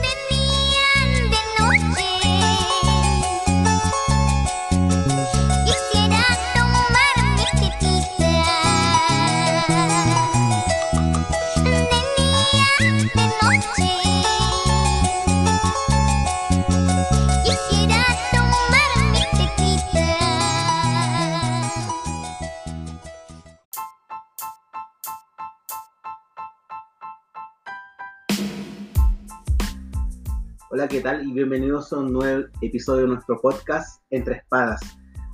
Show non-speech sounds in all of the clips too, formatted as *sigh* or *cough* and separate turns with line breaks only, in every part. venían de noche. Quisiera tomar mi tetita. Venían de noche. Quisiera tomar mi tetita.
Hola, ¿qué tal? Y bienvenidos a un nuevo episodio de nuestro podcast Entre Espadas.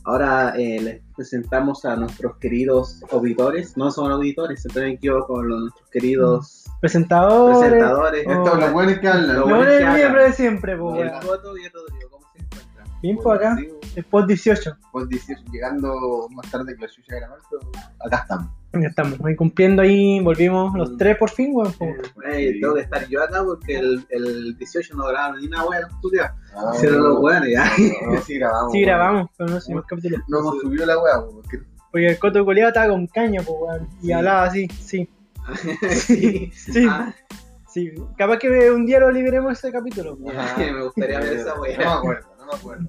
Ahora eh, les presentamos a nuestros queridos auditores. No son auditores, se pueden equivocar con los- nuestros queridos
Mm. Presentadores.
presentadores.
Oh.
Estos los buenos que hablan.
Los
Lo bueno
buenos que
es miembro
hablan.
de siempre,
*laughs*
po,
El
weón.
Coto y el Rodrigo, ¿cómo se encuentran?
Bien, por acá.
Digo,
El post 18.
Vos decís, pues, llegando más tarde que la suya a grabar, pero acá estamos.
Ya estamos. Ahí cumpliendo ahí. Volvimos los
Mm.
tres por fin, weón. po.
Eh, tengo que estar yo acá porque el, el 18 no grabaron ni una wea en el estudio.
Ah,
Hicieron los buenos ya.
no, *laughs* sí grabamos.
Sí,
weón.
grabamos, pero no subimos capítulo.
No hemos subido la weá, weón, porque
Porque el coto culiado estaba con caña, po, weón. Y
Sí.
hablaba así, sí.
*laughs* sí.
*laughs* Sí,
Ah,
sí. Capaz que un día lo liberemos ese capítulo, po.
ya, me gustaría ver esa
No
Ah.
me
wea.
acuerdo, no me *laughs* acuerdo.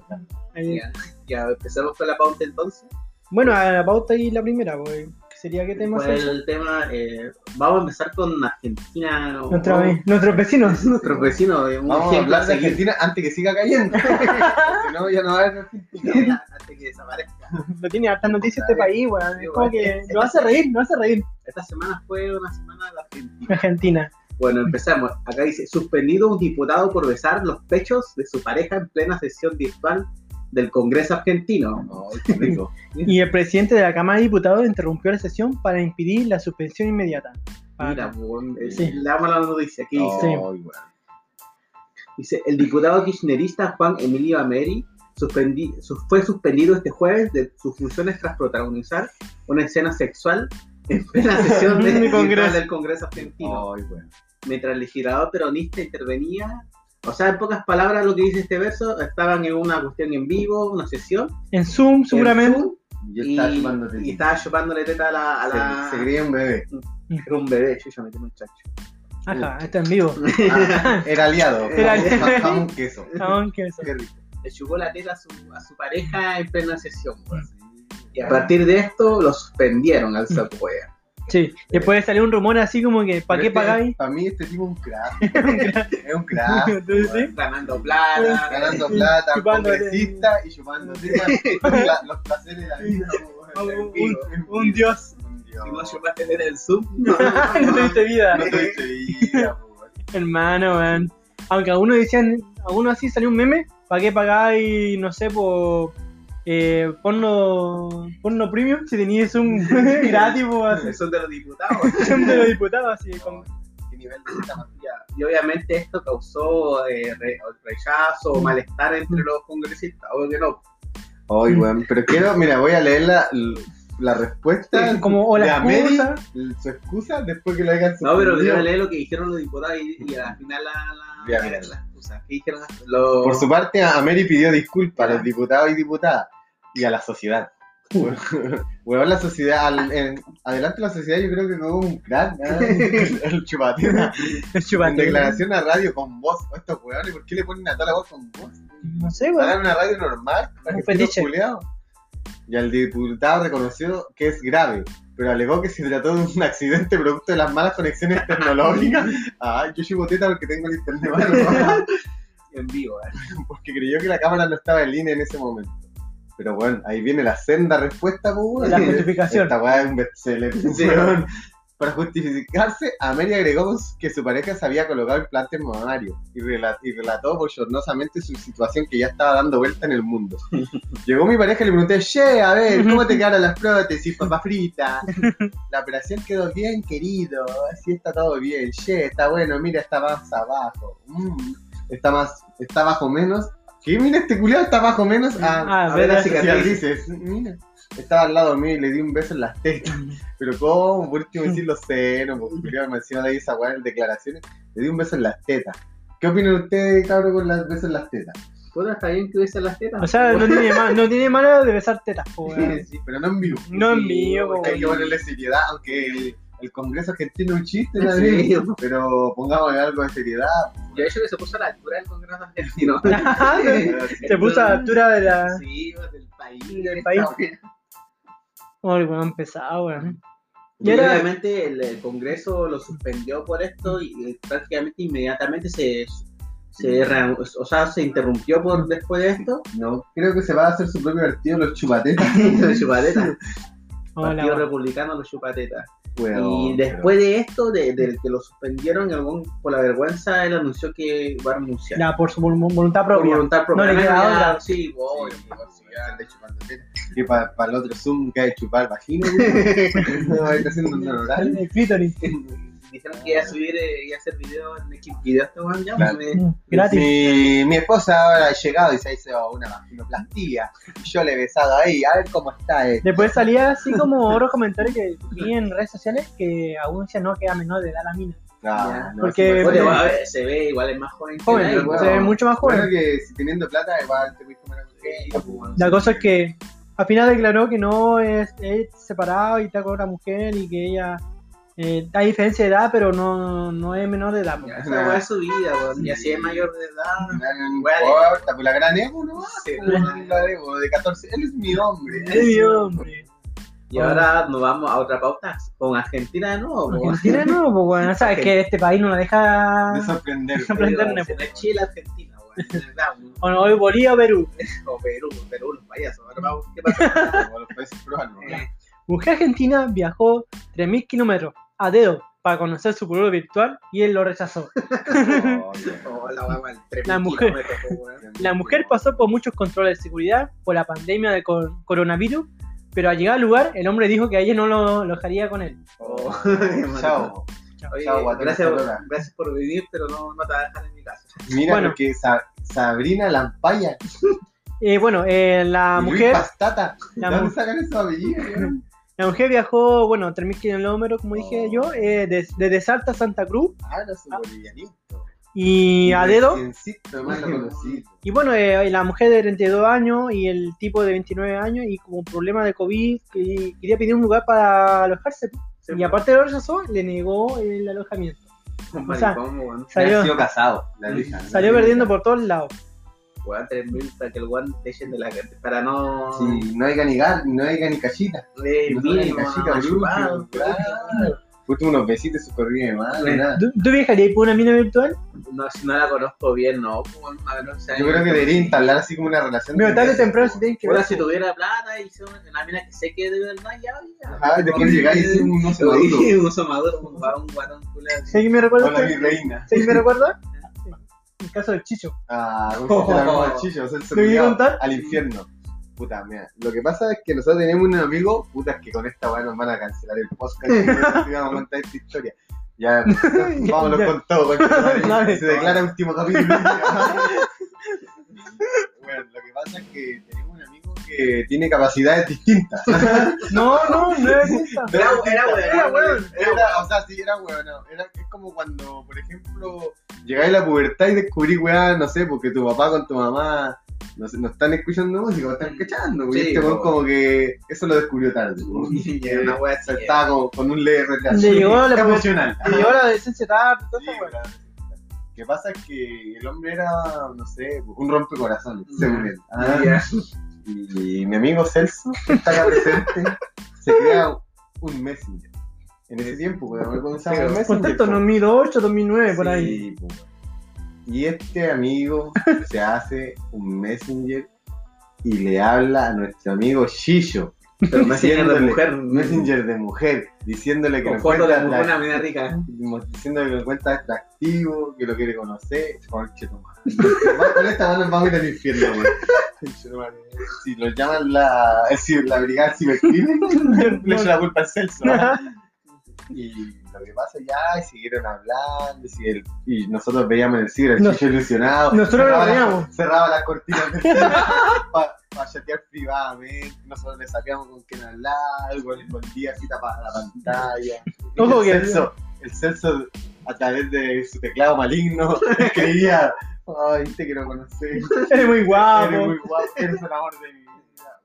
Ahí.
Ya, ya, empezamos con la pauta entonces.
Bueno, a la pauta y la primera, pues. Sería qué tema
Pues
es
el tema, eh, vamos a empezar con Argentina. ¿no?
Nuestra-
Vamos-
Nuestros vecinos. *laughs*
nuestros vecinos. eh, un
Vamos a
ejemplo
hablar de
seguir.
Argentina antes que siga *laughs* cayendo. si no, ya no va a haber Argentina.
*laughs* Antes que desaparezca.
Lo tiene hartas noticias este país, weón.
Sí,
Es como
weón.
que lo hace reír, lo hace reír.
Esta semana fue una semana de la Argentina.
Argentina.
Bueno, empezamos. Acá dice, suspendido un diputado por besar los pechos de su pareja en plena sesión virtual del Congreso argentino.
No, qué rico.
Y el presidente de la Cámara de Diputados interrumpió la sesión para impedir la suspensión inmediata. Para-
Mira, weón, eh,
Ah, Sí.
le damos la noticia. Aquí
No,
dice,
Sí.
weón.
Dice, el diputado kirchnerista Juan Emilio Ameri suspendi- su- fue suspendido este jueves de sus funciones tras protagonizar una escena sexual en plena
*laughs*
sesión de-
Del Congreso.
del Congreso argentino,
Ay, weón.
mientras el legislador peronista intervenía. O sea, en pocas palabras lo que dice este verso, estaban en una cuestión en vivo, una sesión.
En Zoom,
en
seguramente.
Zoom,
Yo
Y,
estaba chupándote.
y estaba chupándole teta a la... A la-
Se, se creía un bebé.
Era un bebé, yo ya metí un chacho.
Ajá, está en
*laughs*
vivo.
Ah, *laughs* era aliado.
Era aliado.
Bajaba un queso.
Aunque eso.
Qué rico.
Le chupó la teta a su, a su pareja en plena sesión. weón. Y a
Bueno.
partir de esto lo suspendieron al Sapuea.
Sí. Después salió un rumor así como que, ¿para qué pagáis?
Para mí este tipo es un
*laughs*
crack. es un crack.
Entonces,
weón.
sí.
Ganando plata.
Ganando plata,
Chupándote.
congresista y chupando teta. La- los placeres de la vida. weón, en
Un-
vivo,
un-
en vivo.
Un dios.
Un dios.
Si no chupaste teta en Zoom, *laughs* no.
*laughs* no tuviste vida.
No tuviste vida, weón.
Hermano, weón. Aunque algunos decían, algunos así salió un meme, ¿para qué pagáis, no sé, por eh, porno, porno premium si tenías un *laughs* gratis, po, así,
Son de los diputados.
son de los diputados, así, con-
Qué nivel de teta más
Ya, Y obviamente esto causó eh, re- rechazo o malestar entre los congresistas. Obvio que no.
Ay, weón, pero quiero, mira, voy a leer la, la respuesta.
como o
de
la
Ameri,
excusa. *laughs*
su excusa después que lo hagan
No, pero
suspendido.
quiero leer lo que dijeron los diputados y, y al final la. la,
Ya, mira.
la excusa. ¿Qué dijeron los-
Por su parte, a Ameri pidió disculpas a
Ya.
Ah.
los diputados y diputadas y a la sociedad. *laughs* Huevón, la sociedad, al- en- adelante la sociedad, yo creo que no hubo un crack, ¿no?
*laughs*
el, el chupatena. En
Chupate.
declaración a radio con voz, o estos huevones, ¿por qué le ponen a toda la voz con voz?
No sé,
Ah,
weón.
Hagan una radio normal,
Ah. Un
para que estén
fetiche.
culiados. Y el diputado reconoció que es grave, pero alegó que se trató de un *laughs* accidente producto de las malas
*laughs*
conexiones tecnológicas. Ah, yo llevo teta porque tengo el internet malo
en vivo. eh.
porque creyó que la cámara no estaba en línea en ese momento. Pero bueno, ahí viene la senda respuesta, pues, weón.
La justificación.
Esta weá es un bestseller.
Sí.
weón. Para justificarse, Amelia agregó que su pareja se había colocado implantes mamarios y, rela- y relató bochornosamente su situación que ya estaba dando vuelta en el mundo. Llegó mi pareja y le pregunté, che, a ver, ¿cómo te quedaron las prótesis, papá frita? La operación quedó bien, querido, así está todo bien, che, está bueno, mira, está más abajo, Mm, está más, está bajo menos. ¿Qué? Mira, este culiado está bajo menos. Ah,
Ah,
a
ver
ver las
las
cicatrices. Mira, estaba al lado mío y le di un beso en las tetas. Pero ¿cómo? Por último decir los senos, porque pues, culiao, me encima de esa weá en declaraciones. Le di un beso en las tetas. ¿Qué opinan ustedes, cabrón, con los besos en las tetas?
Puta, está bien que hubiesen las tetas.
O sea, no tiene, ma- no tiene mano de besar tetas, po, weón.
Sí.
Pero no en vivo.
No es
Sí,
mío, po,
está
Hay que
weón.
ponerle seriedad, aunque el, el Congreso argentino es un chiste,
Sí. pues.
¿no? pero pongamos algo de seriedad.
Yo de hecho que se puso a la altura del Congreso argentino.
*laughs* Se puso a la altura de la.
Sí, del país.
Del país. Oh, el weón pesado, weón.
Y
Y era-
obviamente el, el Congreso lo suspendió por esto y eh, prácticamente inmediatamente se, se, reanu- o sea, se interrumpió por después de
*laughs*
esto.
No, creo que se va a hacer su propio partido, los chupatetas.
los chupatetas,
Hola,
Partido
Oh, weón.
Republicano, los chupatetas.
Weón,
*laughs* Y después de esto, de- del que lo suspendieron, el weón, por la vergüenza, él anunció que va a renunciar.
Ya, por su vol- voluntad
Por
propia.
voluntad propia.
No le queda
Ah,
otra.
Sí,
pero-
voy. *laughs*
Sí, weón, si ya andáis chupando tetas. Y para el otro Zoom cae chupar vagina.
*laughs*
weón. No, ahí está haciendo un oral.
El clítoris.
Dijeron que iba a subir, eh, iba a hacer video en X video este weón ya.
Claro.
me-
Mm, Gratis.
Mi, mi esposa ahora ha llegado y se ha hecho una vaginoplastia. Yo le he besado ahí, a ver cómo está esto.
Después salía así como otros comentarios que vi en redes sociales que aún se no queda menor de edad la mina.
No, no,
Porque-
sí,
Bueno,
bueno,
igual, a ver, se ve igual es más joven. que
Joven,
nadie,
weón.
se ve mucho más
Bueno,
joven.
que si teniendo plata, igual te voy a comer algo rico, pues, weón.
La cosa es que al final declaró que no es, es separado y está con otra mujer y que ella eh, hay diferencia de edad, pero no, no es menor de edad. po.
Ya, Esa weá es su vida, weón. Y así es mayor de edad.
No importa, pues la gran ego no hace, pues, la ego de 14. Él es mi hombre.
Ay, mi hombre.
Y ahora nos vamos a otra pauta con Argentina de nuevo. po. *laughs*
Argentina no, pues bueno, sabes
Ok.
que este país no la
De
deja.
sorprender.
No sorprenderme,
Se me chila Argentina, weón. De verdad,
*laughs*
weón.
O no, hoy Bolivia o Perú.
O Perú, Perú, los payasos. Ahora vamos, ¿qué pasa?
*laughs*
como los países probaron, ¿no?
Eh,
Mujer argentina viajó 3.000 kilómetros a dedo para conocer su pueblo virtual y él lo rechazó.
Oh,
Eh.
yeah.
oh, la weá, weón, tres
La
mil
mujer.
kilómetros, po, weón.
La mujer pasó por muchos controles de seguridad por la pandemia de cor- coronavirus, pero al llegar al lugar el hombre dijo que a ella no lo, lo dejaría con él.
Oh,
Chao.
Oye,
Chao, guatón,
gracias,
Aurora.
gracias por venir, pero no, no te vas a dejar en mi casa.
Mira
Bueno.
lo que Sa- Sabrina Lampaya.
Eh, bueno, eh, la,
y Luis
mujer,
Pastata. ¿De
La
dónde
mu-
sacan esos apellidos? weón?
la mujer viajó, bueno, 3.000 kilómetros, como dije
Oh.
yo, eh, des- desde Salta a Santa Cruz
Ah, no, su bolivianito.
y a dedo.
Reciéncito, además lo conocí.
Y bueno, eh, la mujer de 32 años y el tipo de 29 años y como problema de COVID que quería pedir un lugar para alojarse.
Sí, pues.
y aparte lo rechazó, le negó el alojamiento.
un
o sea,
maricón, weón.
Salió,
Ha sido casado, la vieja. ¿no?
salió perdiendo por todos lados.
Weón, tres mil para que el weón te echen de la para no.
Sí, no hay ganigar, no hay ganicachita.
Eh,
No hay
mínimo,
ganicachita,
no, chupado,
último, claro. Puesto unos besitos y su corrida de madre, nada.
¿Tú, tú viajarías por una mina virtual?
No, si no la conozco bien, no. weón, a ver, o sea,
Yo creo que debería instalar así como una relación.
Mira,
de
tarde o
meses,
temprano
po.
se tienen que
Ahora,
ver.
si tuviera plata y se una mina que sé que de verdad ya. ya.
Ah, después llegar y ser un oso maduro.
*laughs* Sí, un oso maduro, un varón, un varón culero.
¿Sí me recuerda?
Hola, mi reina.
¿Sí me recuerda? El caso del Chicho.
Ah,
*laughs*
¿cómo se llama el chillo? Es el
quiero
soldado
contar?
Al infierno. Puta, mira. Lo que pasa es que nosotros tenemos un amigo, puta, es que con esta weá nos van a cancelar el
*laughs*
podcast. y no vamos a contar esta historia. Ya, vámonos
Ya.
con todo. con esta madre.
*laughs* Dale.
se declara
*laughs*
último capítulo. bueno, lo que pasa es que tenemos un amigo que tiene capacidades distintas.
No, no, no es esa.
Era- era weón,
Era weón.
era
Era- O sea, sí, era weón. no. Era, es como cuando, por ejemplo, llegáis a la pubertad y descubrí, weón, no sé, porque tu papá con tu mamá no, sé, no están escuchando música, o están cachando, weón.
Mm. Sí,
Y este weón
po.
como que eso lo descubrió tarde, weón.
Y era una wea
O
así.
sea, estaba como con un leve retraso.
Le llegó la pubertad.
emocional.
Y llegó la decencia tarde, toda
Sí,
esa weá.
weón. Lo que pasa es que el hombre era, no sé, un rompecorazones,
Mm.
según él. Ah,
Ya.
*laughs* y mi amigo Celso, que está acá presente, se crea un Messenger. En ese tiempo, weón, ¿cómo se llama el Messenger?
Contento, 2008, 2009, por
Sí,
ahí.
po. Y este amigo se hace un Messenger y le habla a nuestro amigo Shisho.
*laughs* Pero me hacían de mujer.
Messenger de mujer, diciéndole que
Con
lo
fotos de
encuentra,
mujer, una
atrac-
mina rica.
diciéndole que lo encuentra atractivo, que lo quiere conocer. Conche tu madre. Con esta mano vamos a ir al infierno, weón. Conche tu madre. Si lo llaman la, el ciber- la brigada cibercrimen, *laughs* le echa la culpa al Celso.
*laughs*
¿ah? Y lo que pasa ya, y siguieron hablando, y, si el- y nosotros veíamos en el ciber al
Nos-
chicho ilusionado.
nosotros
cerraba
lo
las-
veíamos.
Cerraba las cortinas del ciber *laughs* para chatear privadamente, nosotros le sabíamos con quién hablar, algo le escondía así tapada la pantalla.
*laughs*
Y
Ojo
el,
que-
Celso, el Celso, a través de su teclado maligno, *laughs* escribía, ay, te quiero conocer,
Eres muy
eres
guapo.
muy guapo, eres el amor de mi vida.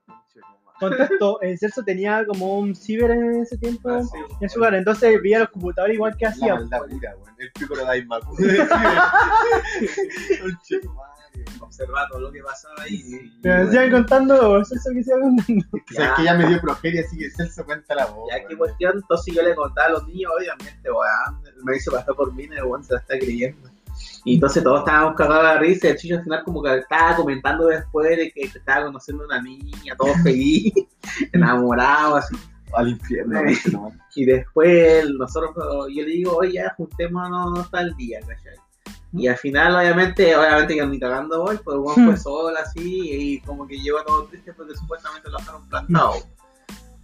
Concha de tu madre.
Contexto, el Celso tenía como un ciber en ese tiempo
Ah, sí.
en su hogar, entonces veía los computadores igual que
La
hacía.
maldad pura, weón. El pico de Daimaku.
observar todo lo que pasaba ahí.
Pero sigan contando, el Celso que siga contando.
O sea, es que
Ya.
ya me dio progeria, así que Celso cuenta la voz.
Ya, qué
weón.
cuestión. Entonces yo le contaba a los niños, obviamente, weón, me hizo pasar por mí, el weón se la está creyendo. Y entonces todos estábamos cagados de la risa. Y el chicho al final, como que estaba comentando después de que estaba conociendo a una niña, todo feliz, *laughs* enamorado, así.
Al infierno, weón, que no mames.
Y después nosotros, yo le digo, oye, ya, juntémonos tal día, ¿cachai? Y al final, obviamente, obviamente que ni cagando voy, pero Juan fue sola así, y como que lleva todo triste porque supuestamente lo dejaron plantado.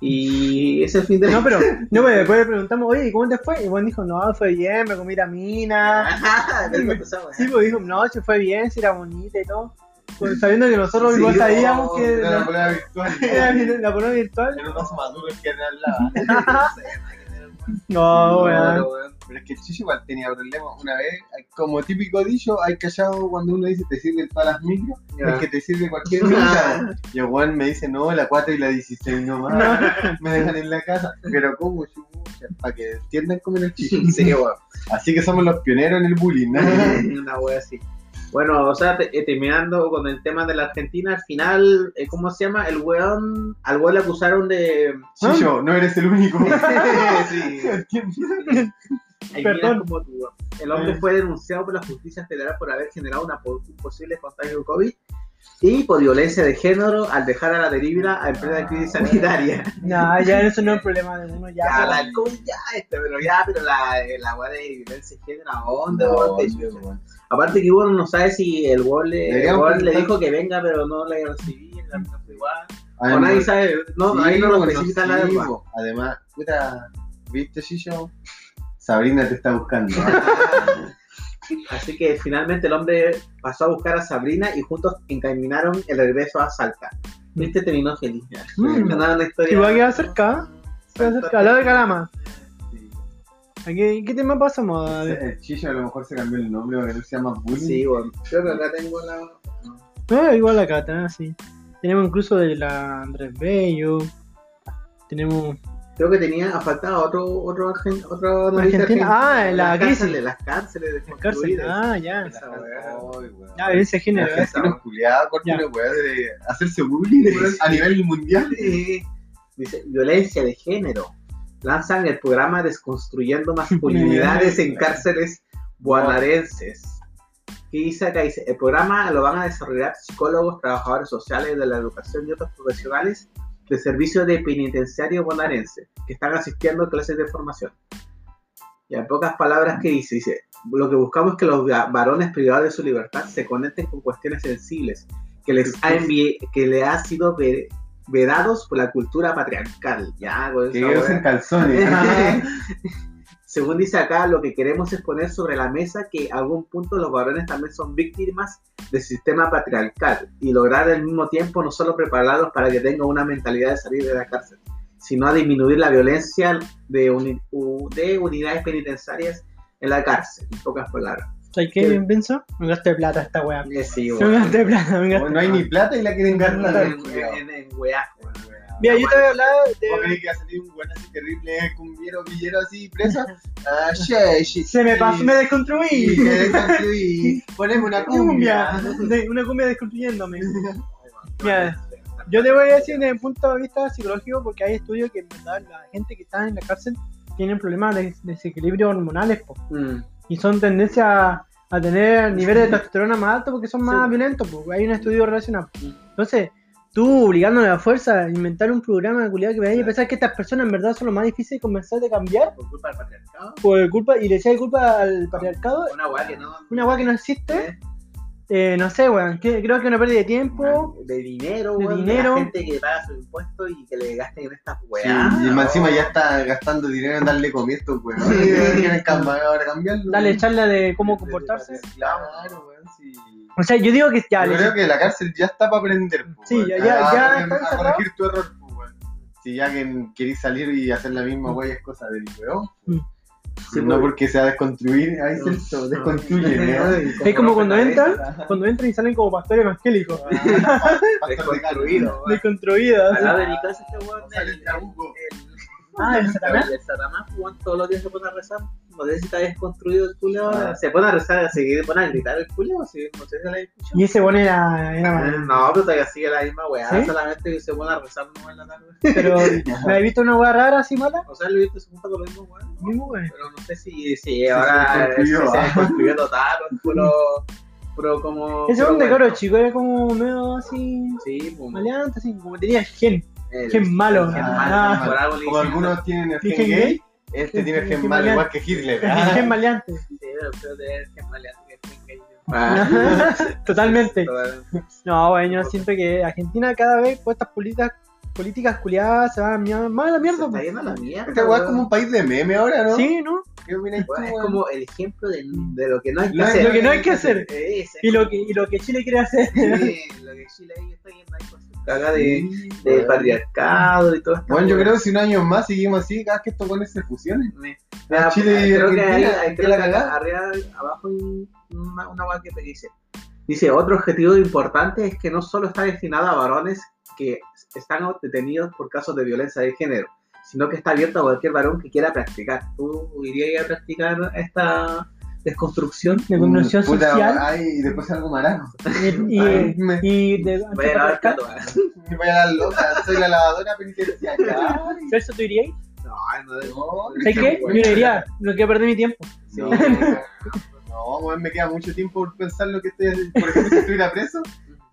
Y ese fin de
*laughs* No, pero, no, pero después le preguntamos, oye, ¿y cómo te fue? Y Juan dijo, no, fue bien, me comí la mina.
Ajá, me cuento esa weá.
Sí, pues dijo, no, se fue bien, si era bonita y todo. Pues sabiendo que nosotros
Sí,
igual
no,
sabíamos que
Era la
la, *laughs*
prueba virtual.
era
weón.
la prueba virtual.
Era un paso maduro el que era la.
No, weón.
Claro, weón.
Pero es que el Chicho igual tenía problemas. Una vez, como típico dicho, hay callado cuando uno dice te sirven todas las micros,
Ya.
es que te sirve *laughs* cualquier micro. Ah. y el Juan me dice, no, la 4 y la 16 nomás, *laughs* me dejan en la casa. Pero como chucha, para que entiendan cómo era el Chicho.
*laughs* Sí, weón.
Así que somos los pioneros en el
*laughs*
bullying, ¿no?
una wea así. Bueno, o sea, te- eh, terminando con el tema de la Argentina, al final, eh, ¿cómo se llama? El weón, al weón le acusaron de... *laughs*
Chicho, no eres el único.
sí. Ay, mira
Perdón.
cómo tú, weón. el hombre fue denunciado por la justicia federal por haber generado una po- un posible contagio de COVID y por violencia de género al dejar a la deriva a en plena crisis
Ah, bueno.
sanitaria.
No, ya eso no es un problema de uno, ya.
Ya,
pero-
la COVID ya, este, pero ya, pero la, eh, la weá de violencia de género, ¿a dónde, weón? Te-
¿Dónde, weón?
Aparte que uno no sabe si el gol le, el
Deberíamos
weón le
preguntar.
dijo que venga, pero no le recibí, la verdad fue igual.
Además-
o nadie sabe, no,
Ah, Sí,
ahí no lo
bueno,
especifica la
sí,
verdad.
po. Además, puta, ¿viste, Chicho? Sabrina te está buscando. ¿ah?
*laughs* pues. Ah. Así que finalmente el hombre pasó a buscar a Sabrina y juntos encaminaron el regreso a Salta. Este terminó feliz.
Mm.
Ganaba una historia.
Igual queda cerca, queda cerca, al lado de Calama. Aquí, ¿Qué tema pasamos?
El Chicho a lo mejor se cambió el nombre para que no sea más bullying.
Sí, bueno. Yo creo que acá tengo la.
Ah, igual la Cata, sí. Tenemos incluso de la Andrés Bello. Tenemos.
Creo que tenía, faltaba otro, otro, argen- otro noticia
Argentina. Ah, la
Las
crisis.
cárceles, las cárceles de
Cárcel. Ah, ya.
Esa weá. Ay, weón.
Ya, ese
La
género. ¿eh?
gente nos culiaba con
Ya.
una weá de hacerse bullying weón, a nivel mundial.
Eh, Dice, violencia de género. Lanzan el programa Desconstruyendo Masculinidades en Cárceles Guanarenses. ¿Qué dice acá? Dice, el programa lo van a desarrollar psicólogos, trabajadores sociales de la educación y otros profesionales de servicio de penitenciario bonaerense que están asistiendo a clases de formación. Y en pocas palabras, ¿qué dice? Dice, lo que buscamos es que los va- varones privados de su libertad se conecten con cuestiones sensibles que les ha, envi- que le ha sido ve- vedados por la cultura patriarcal. Ya, con esa
Que ellos
wea.
usen *laughs* calzones.
*laughs* Según dice acá, lo que queremos es poner sobre la mesa que a algún punto los varones también son víctimas del sistema patriarcal y lograr al mismo tiempo no solo prepararlos para que tengan una mentalidad de salir de la cárcel, sino a disminuir la violencia de, uni- u- de unidades penitenciarias en la cárcel, en pocas palabras.
¿Sabes qué, bien pienso? Me gasté plata esta weá.
Eh, sí,
*laughs* Me
bueno.
gasté plata, me gasté.
Weón, No hay ni plata y la quieren
en,
gastar.
en- en- en weá, weón.
Mira, yo te voy a hablar
¿Vos
de.
crees que va a salir un weón así terrible, cumbiero, villero así, preso? Ah, yeah, shit.
Se me pasó, me desconstruí.
Sí, me desconstruí. Poneme una cumbia.
De- Una cumbia desconstruyéndome. Mira, Yo te voy a decir desde el punto de vista psicológico porque hay estudios que en verdad la gente que está en la cárcel tienen problemas de desequilibrio hormonales po.
Mm.
y son tendencia a, a tener niveles de testosterona más altos porque son más
Sí.
violentos. po. Hay un estudio relacionado.
Mm.
Entonces, tú obligándole a la fuerza a inventar un programa de culiado que me vaya a pensar que estas personas en verdad son lo más difícil de convencer de cambiar
Por culpa del patriarcado.
por culpa y le echáis culpa al patriarcado.
Una weá que no.
Una weá que no existe, eh, no sé, weón. que- Creo que una pérdida de tiempo.
Ah, de dinero,
De
weón, de
dinero.
la gente que paga su impuesto y que le gasten en estas
Sí,
weas.
y más encima
¿no?
ya está gastando dinero en darle comida a estos weones.
Sí.
Quieren cambiar, ahora cambiarlo.
Dale charla de cómo comportarse.
Claro, weón, sí.
O sea, yo digo que ya,
Yo
le-
creo que la cárcel ya está para aprender. po,
Sí,
weón.
ya- ya-
Ah,
ya
a-
está
A
encerrado.
corregir tu error, po, weón. Si ya que querís salir y hacer la misma weá es cosa del weón. po.
Mm.
Sí,
no
pues.
porque sea desconstruir, ahí se
No.
*laughs*
desconstruye. ¿no?
Es como cuando entran, cuando entran y salen como pastores evangélicos,
*laughs* Desconstruido.
desconstruidas.
Al lado de mi casa este weón.
Sale
el-
el trabuco.
Ah, el Satanás.
El Satanás, weón, todos los días se pone a rezar. No sé si está desconstruido el culo.
Ah.
Se pone a rezar, se pone a gritar el culo. Si, no sé si la escuchado.
Y ese bueno era, era malo.
No, pero todavía sigue la misma weá,
¿Sí?
solamente que se pone a rezar no en la tarde. *laughs*
Pero, ¿me has visto una weá rara así mala?
O sea, el visto se junta con los mismos weón.
Mismo weá.
Pero no sé si, si ahora eh,
desconstruyó,
se
ah.
desconstruyó total o es puro, puro como.
Ese
puro
weón de
Oh, bueno.
coro chico era como medio así,
Sí, pues. eh,
maleante, así, como tenía gen.
el-
Gen malo.
el gen
Ah,
malo,
Ah.
por algo le
Como
dicen-
algunos tienen el
¿Y
gen
gen
gay,
gay?
este tiene el
Gen
gen mal,
mal.
igual que Hitler.
Ah.
Ah,
Gen maleante.
Sí, pero creo que es gen maleante, que es gen gay.
Ah.
Ah.
*laughs*
*laughs*
Totalmente.
Total.
No, bueno, yo siento que Argentina cada vez con estas políticas, políticas culiadas se van a mierda, más a la
Se
mierda.
está
pues.
yendo a la mierda.
Esta weá es
weón.
como un país de meme ahora, ¿no?
Sí, ¿no?
¿Qué opinas tú,
Weón, Es
weón?
como el ejemplo de, de lo que no hay que
Lo-
hacer.
lo que
no hay que hacer.
Es- es
Y lo que, *laughs* y lo que Chile quiere hacer.
Sí, lo que Chile ahí está yendo ahí con su caga de, de
Weón.
patriarcado y todo esto.
Bueno, yo creo que si unos años más seguimos así, cada vez que estos pones se fusionen. Chile y
Ah, pues, creo que
Argentina,
ahí,
ahí
creo
la
que
cagá.
arriba, abajo hay una, una guay que te dice. Dice, otro objetivo importante es que no solo está destinada a varones que están detenidos por casos de violencia de género, sino que está abierto a cualquier varón que quiera practicar. ¿Tú irías a practicar esta desconstrucción?
*laughs* De construcción
Mm, puta,
social.
Ay, y después algo maraco.
Y, eh,
Ay,
y,
me,
y de
Ah,
Voy a ¿eh? grabar
antipatriarcal.
esto,
me voy a la loca, soy la lavadora
*laughs*
penitenciaria. Ay,
Celso, ¿tú irías?
No, no,
No,
*laughs*
¿Sabes qué? Yo no iría, no quiero perder mi tiempo.
No, no, weón, me queda mucho tiempo por pensar lo que estoy. Por ejemplo, si estuviera preso,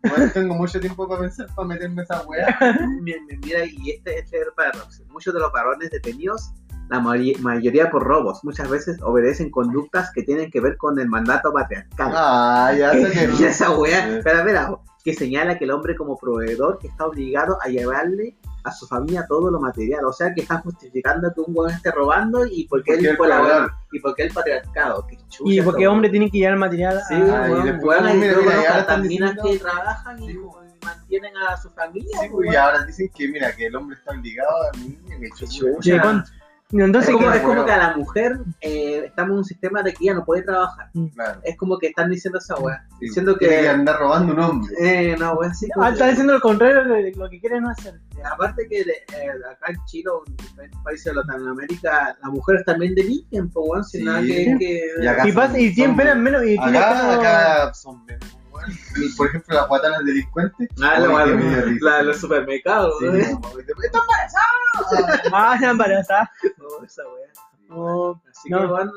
weón, tengo mucho tiempo para pensar, para meterme esa weá.
Mira, mira, y este, este es el paradoxo. Muchos de los varones detenidos, la mari- mayoría por robos, muchas veces obedecen conductas que tienen que ver con el mandato patriarcal.
Ah, ya sé
*laughs*
*laughs*
Y
que.
esa weá, espera, espera, que señala que el hombre como proveedor que está obligado a llevarle a su familia todo lo material. O sea, que están justificando que un weón esté robando y porque,
Porque
él
el
colaborador
proveedor.
y porque el patriarcado. Qué chucha,
Y porque
esa
hombre tiene que llevar material
Sí,
a...
Ah, y
weón,
después,
weón, hay-
mira,
yo conozco
mira, y ahora
hartas
están
minas
diciendo-
que trabajan y
Sí,
mantienen a su familia. pues,
Sí, pues,
weón.
y ahora dicen que, mira, que el hombre está obligado a mi niña, que chucha.
¿De cuánto? Entonces, ah,
es como,
que-
es como
bueno.
que a la mujer eh, estamos en un sistema de que ella no puede trabajar.
Claro.
Es como que están diciendo esa weá.
sí,
Diciendo que.
tiene andar robando un hombre.
Eh, no, weá, sí. como
ah, está
que-
diciendo lo contrario de lo que quieren no hacer.
Aparte que de- eh, acá en Chile o en diferentes países de Latinoamérica, las mujeres también delinquen, pues weón, sin
Sí.
nada que. que-
Y acá
Y, pasa, y
son-
tienen
son-
penas menos. Y tienen
Acá,
como-
acá son memes, weón. Y, Por ejemplo, las guatanas delincuentes.
Ah, la
Uy,
weá,
qué medio risa.
*laughs* la de los supermercados,
Sí,
¿no?
*laughs*
como, "Está embarazada".
Ah, la embarazada.
*laughs* No, esa weá.
No,
Así que
No.
weón,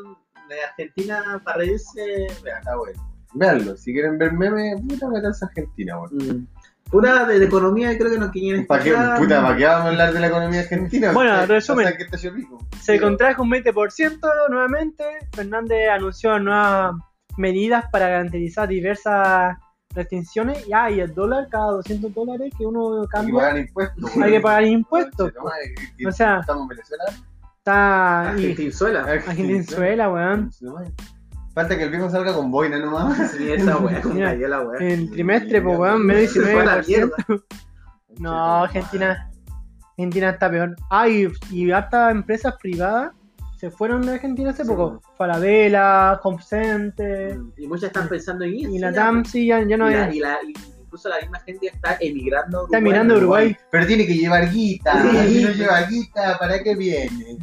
de Argentina para reírse, vea,
Está bueno. Veanlo, si quieren ver memes, puta, metanse a Argentina, weón.
mm. Pura de, de economía, creo que nos quieren
¿Para qué,
escuchar.
puta, ¿para qué vamos a hablar de la economía argentina?
Bueno,
Ustedes
resumen.
pasan que este está yo rico.
Se contrajo un 20% nuevamente. Fernández anunció nuevas medidas para garantizar diversas restricciones. Y hay el dólar, cada 200 dólares que uno
Hay que
cambia,
pagar impuestos.
hay que pagar impuestos. pues.
Che, no, madre, que- que
O sea,
estamos en Venezuela.
Está
*laughs*
y- *laughs*
Argentinzuela.
Argentinzuela, weón.
No, madre. Falta que el viejo salga con boina nomás.
Sí, esa weá, como
Mira.
cayó la weá.
El trimestre, pues, weón, menos
Se fue a la
19%.
mierda.
*laughs* No,
pues.
Argentina. Argentina está peor. Ah, y, y hartas empresas privadas se fueron de Argentina hace
Sí, pues.
poco. Falabella, Home Center,
Y muchas están pensando en ir.
y
sí, pues.
la
ya,
TAM, sí, ya, ya no
y,
hay.
la, y la- y incluso la misma gente está emigrando a
Está
Uruguay.
mirando Uruguay.
Pero tiene que llevar guita.
Sí.
Si no lleva guita, ¿para qué viene?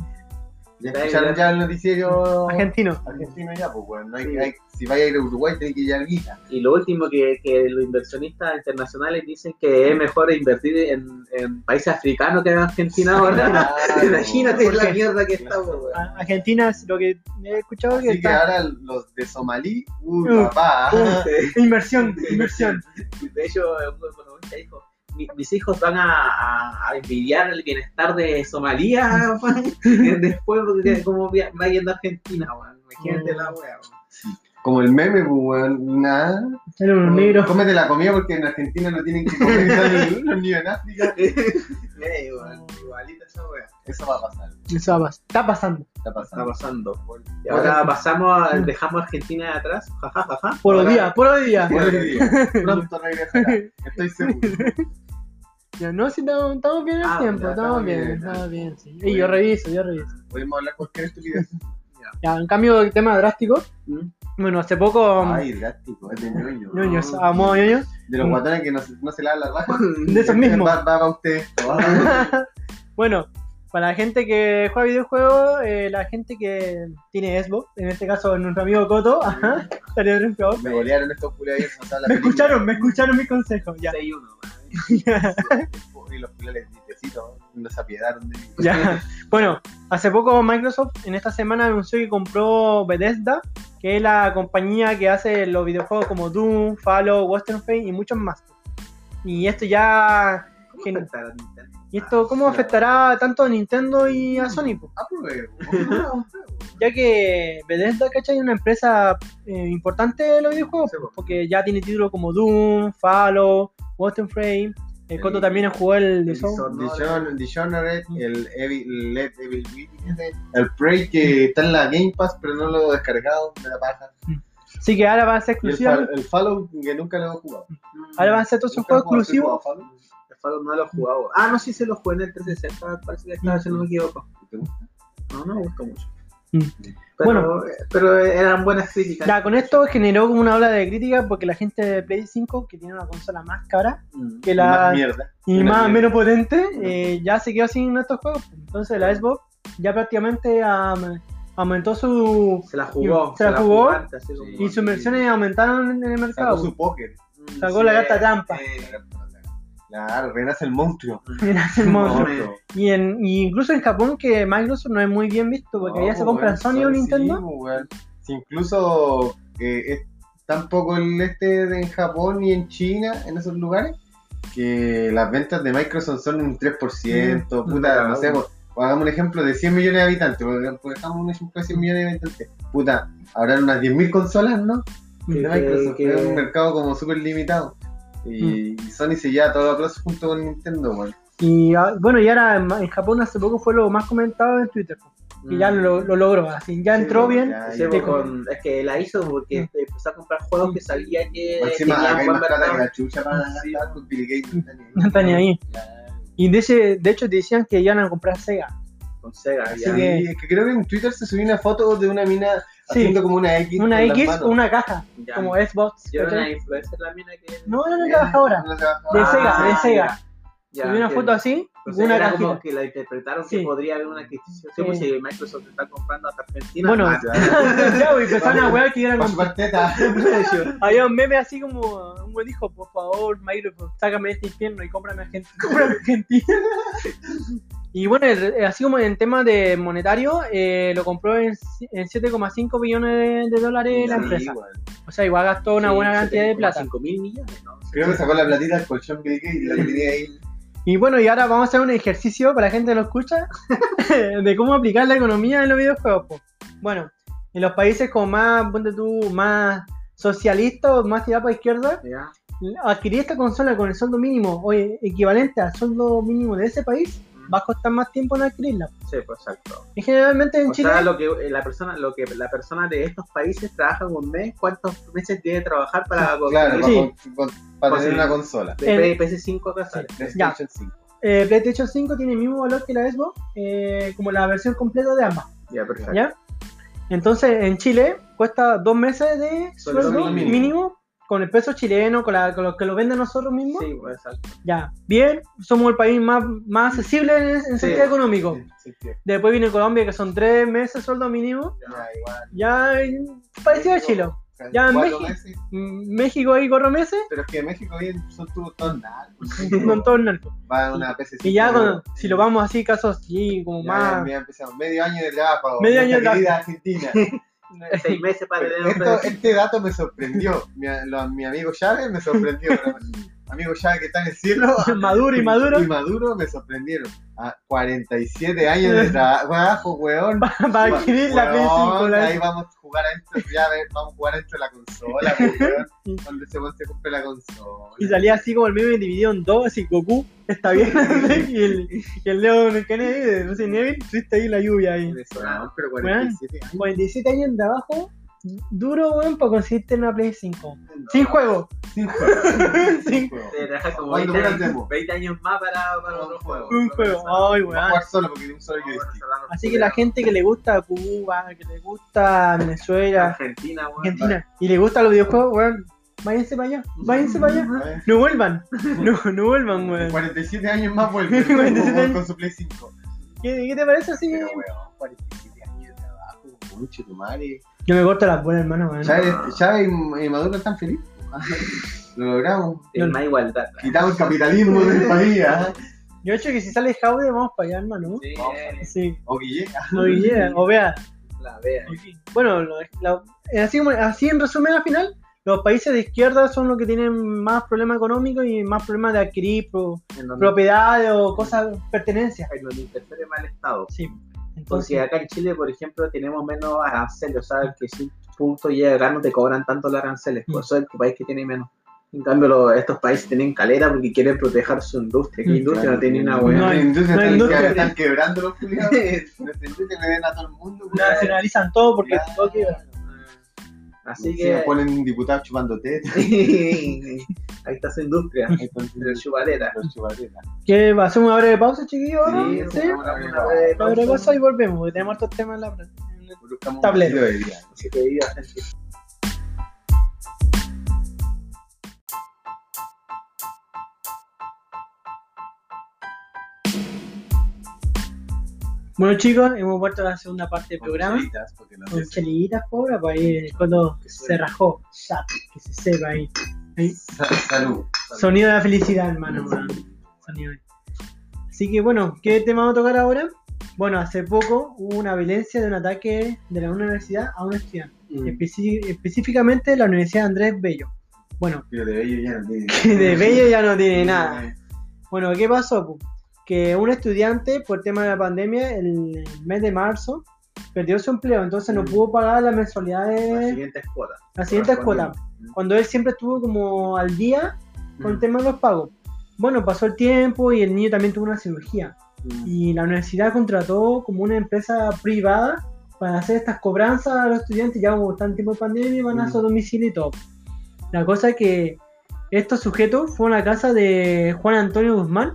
Ya escucharon ya el noticiero
Argentino.
argentino ya, pues, weón. No hay-
Sí.
hay- si vais a ir a Uruguay, tiene que llevar guita.
Y lo último que, que los inversionistas internacionales dicen que es mejor invertir en, en países africanos que en Argentina ahora. *laughs*
Claro.
Imagínate
¿Por
la
qué?
mierda que está, weón.
A- Argentina es lo que he escuchado que
Así que
está.
ahora los de Somalí, uy,
Uh,
papá.
Inversión, inversión.
De hecho, un economista dijo, "Mi- mis hijos van a, a- a envidiar el bienestar de *laughs* Somalia weón, después de cómo vi- va yendo a Argentina, weón. Imagínate la weá, weón.
Como el meme, pues, weón, nada.
Salen unos negros.
Cómete la comida porque en Argentina no tienen que comer *laughs* salen los niños en África.
*laughs* Ey, weón, Igualita esa weá.
Eso va a pasar,
Eso va a pas- está pasando.
está
está
pasando.
pasando.
Por-
Y ahora pasamos, a- dejamos a Argentina atrás, jajaja.
Por los
Ahora-
días, por los días.
por el día. Pronto
*laughs*
regresará, estoy seguro.
Ya, No, si estamos, estamos bien el
Ah,
tiempo,
ya,
estamos
estamos
bien,
bien,
estamos bien, sí. Y
Bueno.
yo reviso, yo reviso.
Podemos hablar cualquier estupidez.
Ya, ya.
Ya, en cambio, el tema drástico.
Mm.
Bueno, hace poco.
Ay, drástico, es de ñoño.
ñoños, a modo ñoño.
De los guatones que no, se- no se lavan las rajas.
*laughs* De esos mismos.
Va, va,
*laughs*
va usted.
Bueno, para la gente que juega videojuegos, eh, la gente que tiene Xbox, en este caso nuestro amigo Coto, *laughs* ajá, salió triunfador.
Me golearon estos culiados. o sea, la
Me
película.
escucharon, me escucharon mis consejos. Ya,
6-1, madre.
Y los culiados nitecitos nos apiedaron de mí.
ya. Bueno, hace poco Microsoft en esta semana anunció que compró Bethesda, que es la compañía que hace los videojuegos como Doom, Fallout, Western Fate y muchos más. Y esto ya.
¿Cómo
que-
afectará a Nintendo?
¿Y esto cómo afectará tanto a Nintendo y a Sony? po?
Ah, pues, weón.
ya que Bethesda, ¿cachai? Es una empresa eh, importante de los videojuegos,
Sí, po.
porque ya tiene títulos como Doom, Fallout, Western Frame. El
El-
Coto también jugó el de
el Dishonored.
Dishon- Dishonored, el Evil, Led Evil Witness, el Prey que está en la Game Pass, pero no lo he descargado, me la paja.
Así que ahora va a ser
Y el,
exclusiva.
Fall- el Fallout que nunca lo he jugado.
Ahora van a ser todos esos juegos exclusivos.
El Fallout no lo he jugado. Ah, no, sí se lo jugué en el 360, parece que estaba, si no me equivoco. No, no me gustó mucho.
Mm.
Pero,
Bueno.
eh, pero eran buenas críticas.
Ya, con esto generó como una ola de crítica porque la gente de Play 5, que tiene una consola más cara
Mm.
que
La
la
mierda.
y
Una
más
mierda.
menos potente, eh, ya se quedó sin estos juegos. Entonces la Xbox ya prácticamente am- aumentó su...
Se la jugó.
Mm. Se la jugó
jugaste, así como-
Y sus versiones aumentaron en el mercado.
Sacó su póker.
Mm,
sacó la gata trampa.
eh,
Claro, renace el monstruo.
*laughs* Mira, es hermoso.
Monstruo.
Y, en, y incluso en Japón, que Microsoft no es muy bien visto, porque
No,
allá se
pues,
compran
weón,
Sony o
sí, pues,
Nintendo.
weón. Si incluso eh, es tan poco el este de- en Japón y en China, en esos lugares, que las ventas de Microsoft son un 3%,
Mm,
puta,
mm,
no sé,
mm.
pues, hagamos un ejemplo de 100 millones de habitantes, pues, pues, hagamos un ejemplo de 100 millones de habitantes, puta, habrán unas 10.000 consolas, ¿no?
Que-
De Microsoft,
que-
es un mercado como súper limitado.
Mm.
Y, y Sony se lleva todo a plazo junto con Nintendo, weón.
Y ah, bueno, y ahora en, en Japón hace poco fue lo más comentado en Twitter. Y ya lo, lo logró, así ya
Sí,
entró
bueno,
bien.
ya,
Sí,
ya.
pues, Mm. con- es que la hizo porque
Mm.
empezó a comprar juegos que sabía que
Encima, acá hay
buen
más plata que
mercado.
la chucha para
Sí.
gastar con Bill Gates. no está ni ahí.
*laughs* *laughs* No está ni ahí.
Claro.
Y de, ese- de hecho decían que iban a comprar Sega.
con Sega.
Sí,
ya.
que-
es que creo que en Twitter se subió una foto de una mina
Sí.
haciendo como una X.
Una
con las
X
manos.
o una caja,
Ya.
como Xbox.
Yo era
¿cachai?
una influencer la mina que.
No, era una caja ahora.
Una trabajadora.
De
Ah,
Sega, de Sega.
ya,
Subí una
entiendo.
foto así,
O sea,
una
era
cajita.
como que la interpretaron
Sí.
que podría haber una adquisición. Sí,
Sí.
pues, si Microsoft está comprando hasta Argentina.
Bueno, *laughs*
más.
*laughs* Ya,
*laughs*
y empezaron a wear que iban a
Va a
comprar.
chupar
*laughs*
teta.
Había un meme así como, un buen dijo, por favor, Mayro, pues, sácame de este infierno y cómprame Argentina. Cómprame Argentina. y bueno, el- eh, así como en tema de monetario, eh, lo compró en, si- en 7,5 billones de, de dólares la
Sí,
empresa.
weón.
O sea, igual gastó una
Sí,
buena cantidad de plata.
7,5 mil millones, ¿no?
Creo que sacó la platita al colchón Bill Gates y la tenía ahí.
Y bueno, y ahora vamos a hacer un ejercicio para la gente que lo escucha *laughs* de cómo aplicar la economía en los videojuegos. po. Bueno, en los países con más, ponte tú, más socialistas o más tirado para izquierda,
Ya.
adquirir esta consola con el sueldo mínimo o eh, equivalente al sueldo mínimo de ese país,
Mm.
va a costar más tiempo en adquirirla.
Sí, pues exacto.
Y generalmente en
O
Chile,
sea, lo que eh, la persona, lo que la persona de estos países trabaja un mes, ¿cuántos meses tiene que trabajar para conseguir
Claro, para,
Sí.
con- con- para
Pues sí.
tener una consola.
de PS5 acá sale?
Ya.
PlayStation 5.
eh, PlayStation 5 tiene el mismo valor que la Xbox, eh, como la versión completa de ambas,
Ya, perfecto.
¿ya? Entonces, en Chile cuesta dos meses de
Sueldo
sueldo mínimo.
mínimo.
con el peso chileno, con, la, con lo que lo venden nosotros mismos.
Sí, pues
*laughs*
exacto.
Ya, bien, somos el país más, más accesible en, en sentido económico.
Sí, sí.
Después viene Colombia, que son tres meses sueldo mínimo.
Ya, igual.
Ya, eh, parecido a Chile.
O sea,
Ya en
cuatro
México.
meses.
Mm, México ahí corro
*laughs*
meses,
Pero es que en México hoy en- son todos todos nada.
*laughs* un montón narco.
Va una PC5.
Y ya cuando- si lo vamos así, casos así, como
Ya,
más.
ya empezamos. Medio año de trabajo.
Medio año de
nuestra
trabajo.
querida Argentina.
*laughs*
Seis meses para tener un
Esto- este dato me sorprendió. Mi, lo- mi amigo Chávez me
*laughs*
sorprendió. pero- amigo Chávez que está en
*laughs*
el cielo.
Maduro y
*laughs*
maduro *laughs*
Y Maduro me sorprendieron. A 47 años de trabajo, weón.
para adquirir la P5.
Weón, Ahí
la-
vamos a jugar adentro, ya ve- vamos a jugar adentro de la consola, pues, weón. Cuando ese weón se compre la consola.
Y salía así como el meme dividido en dos, así Goku está bien *laughs*
*laughs*
y el, y el Leo Kennedy de Resident Evil, triste ahí en la lluvia ahí.
Venezolano.
Weón, pero 47 años.
47 años de abajo duro, weón, para conseguirte una Play 5.
No.
Sin juego.
*laughs* Sin juego.
Sin-
juego.
Te deja como 20
Cuando fuera el
años,
demo.
20 años más para, para otro juego.
Un juego. Ay,
Va a
weón.
jugar solo porque tiene un solo joystick.
Así que la gente que le gusta Cuba, que le gusta Venezuela,
Argentina, weón.
Argentina, y le gustan los videojuegos, weón, váyanse para allá, váyanse para allá.
¿Eh?
No vuelvan, *laughs* no, no vuelvan,
En
weón.
47 años más vuelve
47
con,
años.
con su Play 5.
¿Qué, qué te parece así?
Pero weón, 47 años de trabajo, mucho tu madre.
Yo me corto las bolas, hermano, weón.
Chávez, Chávez y y Maduro están felices. Lo logramos.
Es más igualdad.
Quitamos el capitalismo del país. ¿ah?
Yo he hecho que si sale Jaude, vamos para allá, hermano.
Sí,
Sí,
O Guille.
o Guille, o vea.
la vea.
Bueno, lo- la- así, como- así en resumen al final, los países de izquierda son los que tienen más problemas económicos y más problemas de adquirir pro-
En donde,
propiedades o cosas, pertenencias.
en donde interfiere mal Estado.
Sí, entonces...
Porque acá en Chile, por ejemplo, tenemos menos aranceles, o sea, que si punto y acá no te cobran tanto los aranceles, por
Mm.
eso es el país que tiene menos. En cambio, lo- estos países tienen calera porque quieren proteger su industria. que
Mm.
industria no tiene una buena.
buena.
No hay-
industria
no hay
están,
industria.
que- están quebrando los culiados. Nuestra industria le den a todo el mundo. culiao.
nacionalizan todo porque
Claro.
todo queda.
Así
Encima
que *laughs*
ponen un diputado chupando teta.
ahí está su industria,
ahí ponen
de chupadera.
los chupatetas.
¿Qué? ¿Hacemos una breve pausa, chiquillos? ahora?
Sí,
Sí,
pues,
una- una- una
Eh,
breve
una breve
pausa.
pausa y volvemos, porque tenemos otros temas en la en el-
Buscamos un
Tablero.
estilo de vida.
Así que viva, gente.
Bueno chicos, hemos vuelto a la segunda parte del
Con
programa.
chelitas, porque no
Con
sé.
chelitas, pobre, para ahí el coto
Que
se
suene.
rajó. Chap, que se sepa ahí. Ahí.
Sa- Salud. Salud.
Sonido de la felicidad, hermano. weón. Sonido de- Así que bueno, ¿qué tema vamos a tocar ahora? Bueno, hace poco hubo una violencia de un ataque de la universidad a un estudiante. Especi- específicamente la Universidad Andrés Bello. Bueno, *laughs*
Pero de bello ya no tiene.
que de Bello ya no tiene nada. Bueno, ¿qué pasó? pu? Que un estudiante, por tema de la pandemia, el mes de marzo, perdió su empleo, entonces no
Mm.
pudo pagar las
La
mensualidades,
siguiente es cuota.
las siguientes
correspondiente.
cuotas. Cuando él siempre estuvo como al día con el
Mm.
tema de los pagos. Bueno, pasó el tiempo y el niño también tuvo una cirugía.
Mm.
Y la universidad contrató como una empresa privada para hacer estas cobranzas a los estudiantes. Ya hubo tanto tiempo de pandemia, van a
Mm.
su domicilio y todo. La cosa es que estos sujetos fueron a la casa de Juan Antonio Guzmán.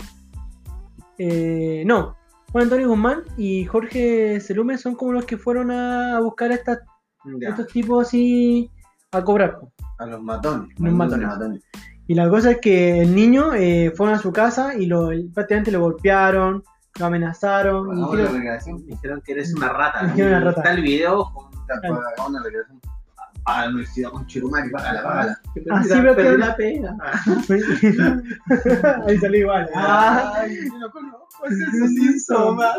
Eh, no, Juan Antonio Guzmán y Jorge Celume son como los que fueron a buscar a estas-
Mm, Ya.
estos tipos así a cobrar. po.
A los matones.
Los
A
matones. Y la cosa es que el niño eh, fueron a su casa y lo, prácticamente lo golpearon, lo amenazaron. y
Hagamos
creo-
la recreación.
Dijeron que eres una rata.
Me dijeron una rata.
Está el video con
Claro.
Hagamos la recreación. A la universidad con Chirumari, págala, págala.
Así
Perdí
veo
la-
que-
perdí la pena.
*laughs* Ahí salió igual. Ah.
Ay, yo
*laughs*
no conozco ese síntoma.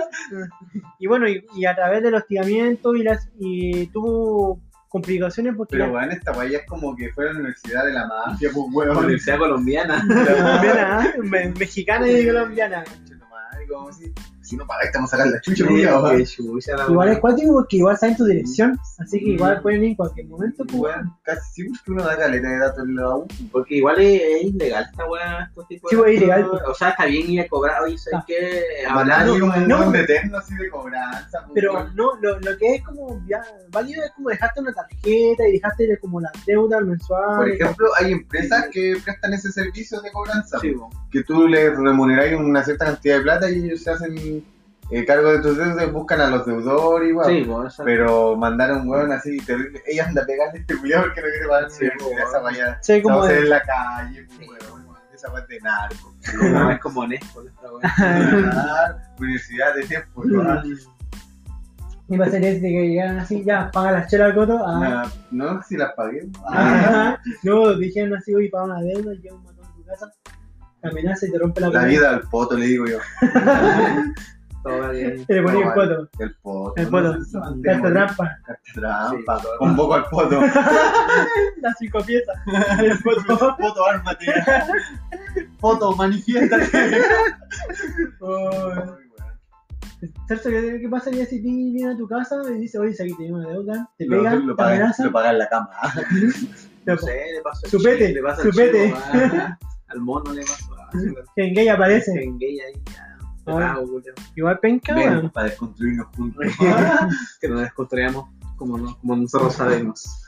Y bueno, y, y a través del hostigamiento y las y tuvo complicaciones porque
Pero bueno, esta weá ya es como que fue a la universidad de la mafia, pues
*laughs*
weón.
Universidad colombiana.
colombiana, ¿eh? Me- mexicana y colombiana.
Chetumare, ¿cómo así? Si no pagáis, te vamos a sacar *laughs* la chucha, culiao, ¿va?
Qué chucha
Ah,
la
Igual es
weá.
cuático porque igual está en tu dirección, así que igual pueden ir en cualquier momento. pues, weón.
Weón, Casi siempre que uno da caleta de datos en la U.
Porque igual es, es ilegal esta weá, estos tipos.
Sí,
de-
pues, es ilegal, pues.
O sea, está bien ir a cobrar, oye, ¿sabes
Ah.
qué?
Hablar
Hablar
así como un
no.
weón de eterno así de cobranza. pues,
Pero
weón.
no, lo, lo que es como ya válido es como dejarte una tarjeta y dejaste como la deuda mensual.
Por ejemplo, hay empresas que prestan ese servicio de cobranza.
Sí, po.
que tú les remuneráis una cierta cantidad de plata y ellos se hacen eh, cargo de tus deudas, buscan a los deudores y weón.
Sí, po, esa-
Pero mandar a un weón así terrible. Ella anda a pegarle a este culiao porque no quiere pagar
Sí,
la universidad,
weón.
esa vaya.
Sí, como
Vamos a
de-
hacer en la calle, pues,
Sí.
weón. Esa weá es de narco.
no, es como honesto esta
*laughs*
weá.
Ganar Universidad de tiempo, weón.
Y va a ser este que llegaron así, ya, paga las chelas al coto. ah,
Nah, No, si las pagué. Ah,
Ajá. No, dijeron así, oye, paga una deuda, llega un matón a tu casa, te amenaza y te rompe la,
La
cara.
vida al poto, le digo yo.
Todo
*laughs*
bien.
Te le ponía
No,
el
vale.
coto,
El poto.
El poto.
no sé, antes
carta
morí.
trampa,
Carta trampa.
Sí.
Un poco al poto.
la cinco
*laughs*
piezas, el coto.
Foto, ármate. Foto, manifiéstate.
Oh, Celso, ¿qué, qué pasaría si ti viene a tu casa y dice, oye, si aquí tenemos una deuda, te
Lo,
pega,
lo,
te
paga,
amenaza,
lo paga en la cama.
No sé, le pasa el
Supete,
chile, le pasa el
supete.
chivo, ah, Al mono le
*laughs*
pasa.
que en gay aparece,
En gay ahí. ah, te
Ay.
pago, culiao.
igual penca,
Ven, *laughs*
weón. Ah,
para desconstruirnos juntos.
que nos desconstruyamos como, no- como nosotros sabemos.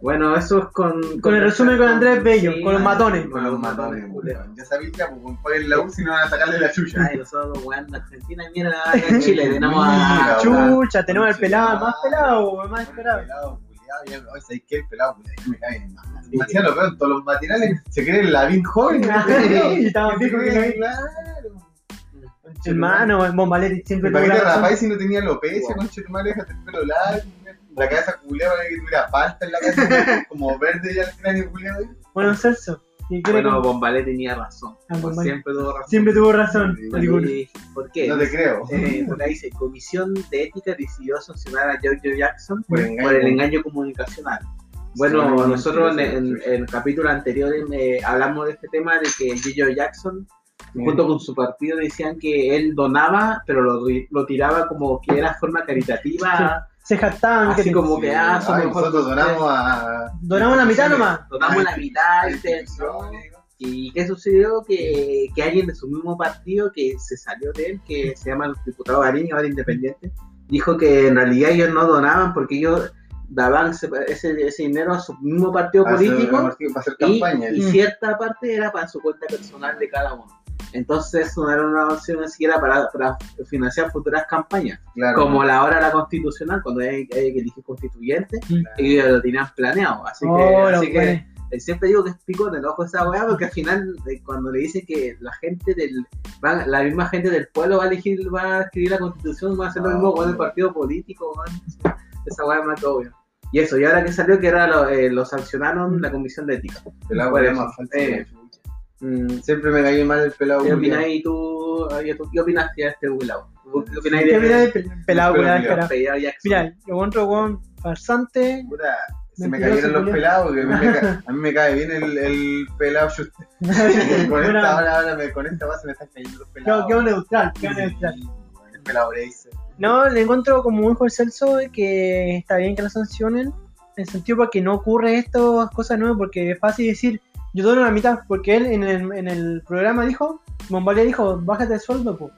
Bueno, eso es con...
Con el resumen con Andrés Bello,
Sí,
con los matones.
Con los matones, culiao.
weón. Ya sabéis ya, pues, weón, pues en la U si no van a sacarle la chucha.
Ay, nosotros jugando Argentina y mira,
*laughs*
acá en Chile tenemos
Ah,
a...
Chucha, tenemos al pelado, el más pelado, el más
El
esperado.
pelado, culiao, ya, no, ¿sabéis qué? El pelado, culiao, ya me cae más. Demasiado lo peor, todos los matinales se creen la bien joven.
*laughs* Ah,
weón.
y estaba
Se
fijo que
creen,
no hay-
Claro.
Hermano, el Bombaleri siempre
¿Y para qué te
tuvo la razón.
rapáis si no tenía alopecia, conche tu madre? Déjate el pelo largo. La cabeza culiada, para que tuviera pasta en la cabeza,
*laughs*
como verde ya el cráneo culiado.
Bueno, Celso, ¿quién quiere
Bueno,
con-
Bombalé tenía razón.
Ah, Bombalé.
Siempre tuvo razón.
siempre tuvo razón.
Sí,
alguno.
Y- ¿Por qué?
No te creo.
Eh, por ahí dice, Comisión de Ética decidió sancionar a Giorgio Jackson
Por
por,
engaño.
el engaño comunicacional. Bueno,
Sí,
nosotros en,
sí, sí,
en-
sí.
en el capítulo anterior eh, hablamos de este tema de que Giorgio Jackson, junto con su partido, decían que él donaba, pero lo, lo tiraba como que era forma caritativa.
Se jactaban
Así
que
como que, ah,
Ay,
somos
nosotros donamos a.
donamos la mitad nomás.
Donamos la mitad,
a
este,
instituciones,
¿Y qué sucedió? Que, que alguien de su mismo partido que se salió de él, que se llama el diputado Garín, ahora independiente, dijo que en realidad ellos no donaban porque ellos daban se- ese, ese dinero a su mismo partido
para hacer-
político
Para hacer
y,
campaña.
y
Mm.
cierta parte era para su cuenta personal de cada uno. Entonces eso no era una opción ni siquiera para, para financiar futuras campañas,
Claro.
como la hora era constitucional, cuando hay, hay que elegir constituyente,
Mm.
ellos lo tenían planeado. Así que,
Oh, los
así que
buenos.
eh, siempre digo que es pico en el ojo esa weá, porque al final, eh, cuando le dicen que la gente del. van- la misma gente del pueblo va a elegir, va a escribir la constitución, va a hacer lo
Ah,
mismo con el
bueno.
partido político, weón. Esa weá es más que obvio. Y eso, y ahora que salió, que era lo, eh, lo
Mm.
sancionaron la comisión de ética.
El agua
Por
era
eso.
más falsa que la
Eh,
chucha.
Mm,
Siempre me cayó mal el pelado.
¿Qué
culiao.
opináis tú, Javier? ¿Tú ¿Qué opinaste de este Willow? ¿Qué opináis de
¿Qué opinas del pe- pelado,
Pero
weón,
mira,
descarado?
de Jackson?
Mira, yo encuentro weón
*laughs*
farsante. *laughs*
Puta, se me
Mentiroso,
cayeron los
culiao.
pelados. que A mí me,
*laughs*
ca- a mí me cae bien el, el pelado. Yo- Con esta,
Bueno,
ahora, ahora me, con esta base me están cayendo los pelados.
Quedó quedó neutral,
Sí,
quedó neutral.
bueno, El pelado Brace.
No, le encuentro como hijo el Celso de que está bien que lo sancionen, en el sentido para que no ocurre estas cosas nuevas, porque es fácil decir, yo dono la mitad, porque él en el, en el programa dijo, Bombalia dijo, bájate el sueldo, po,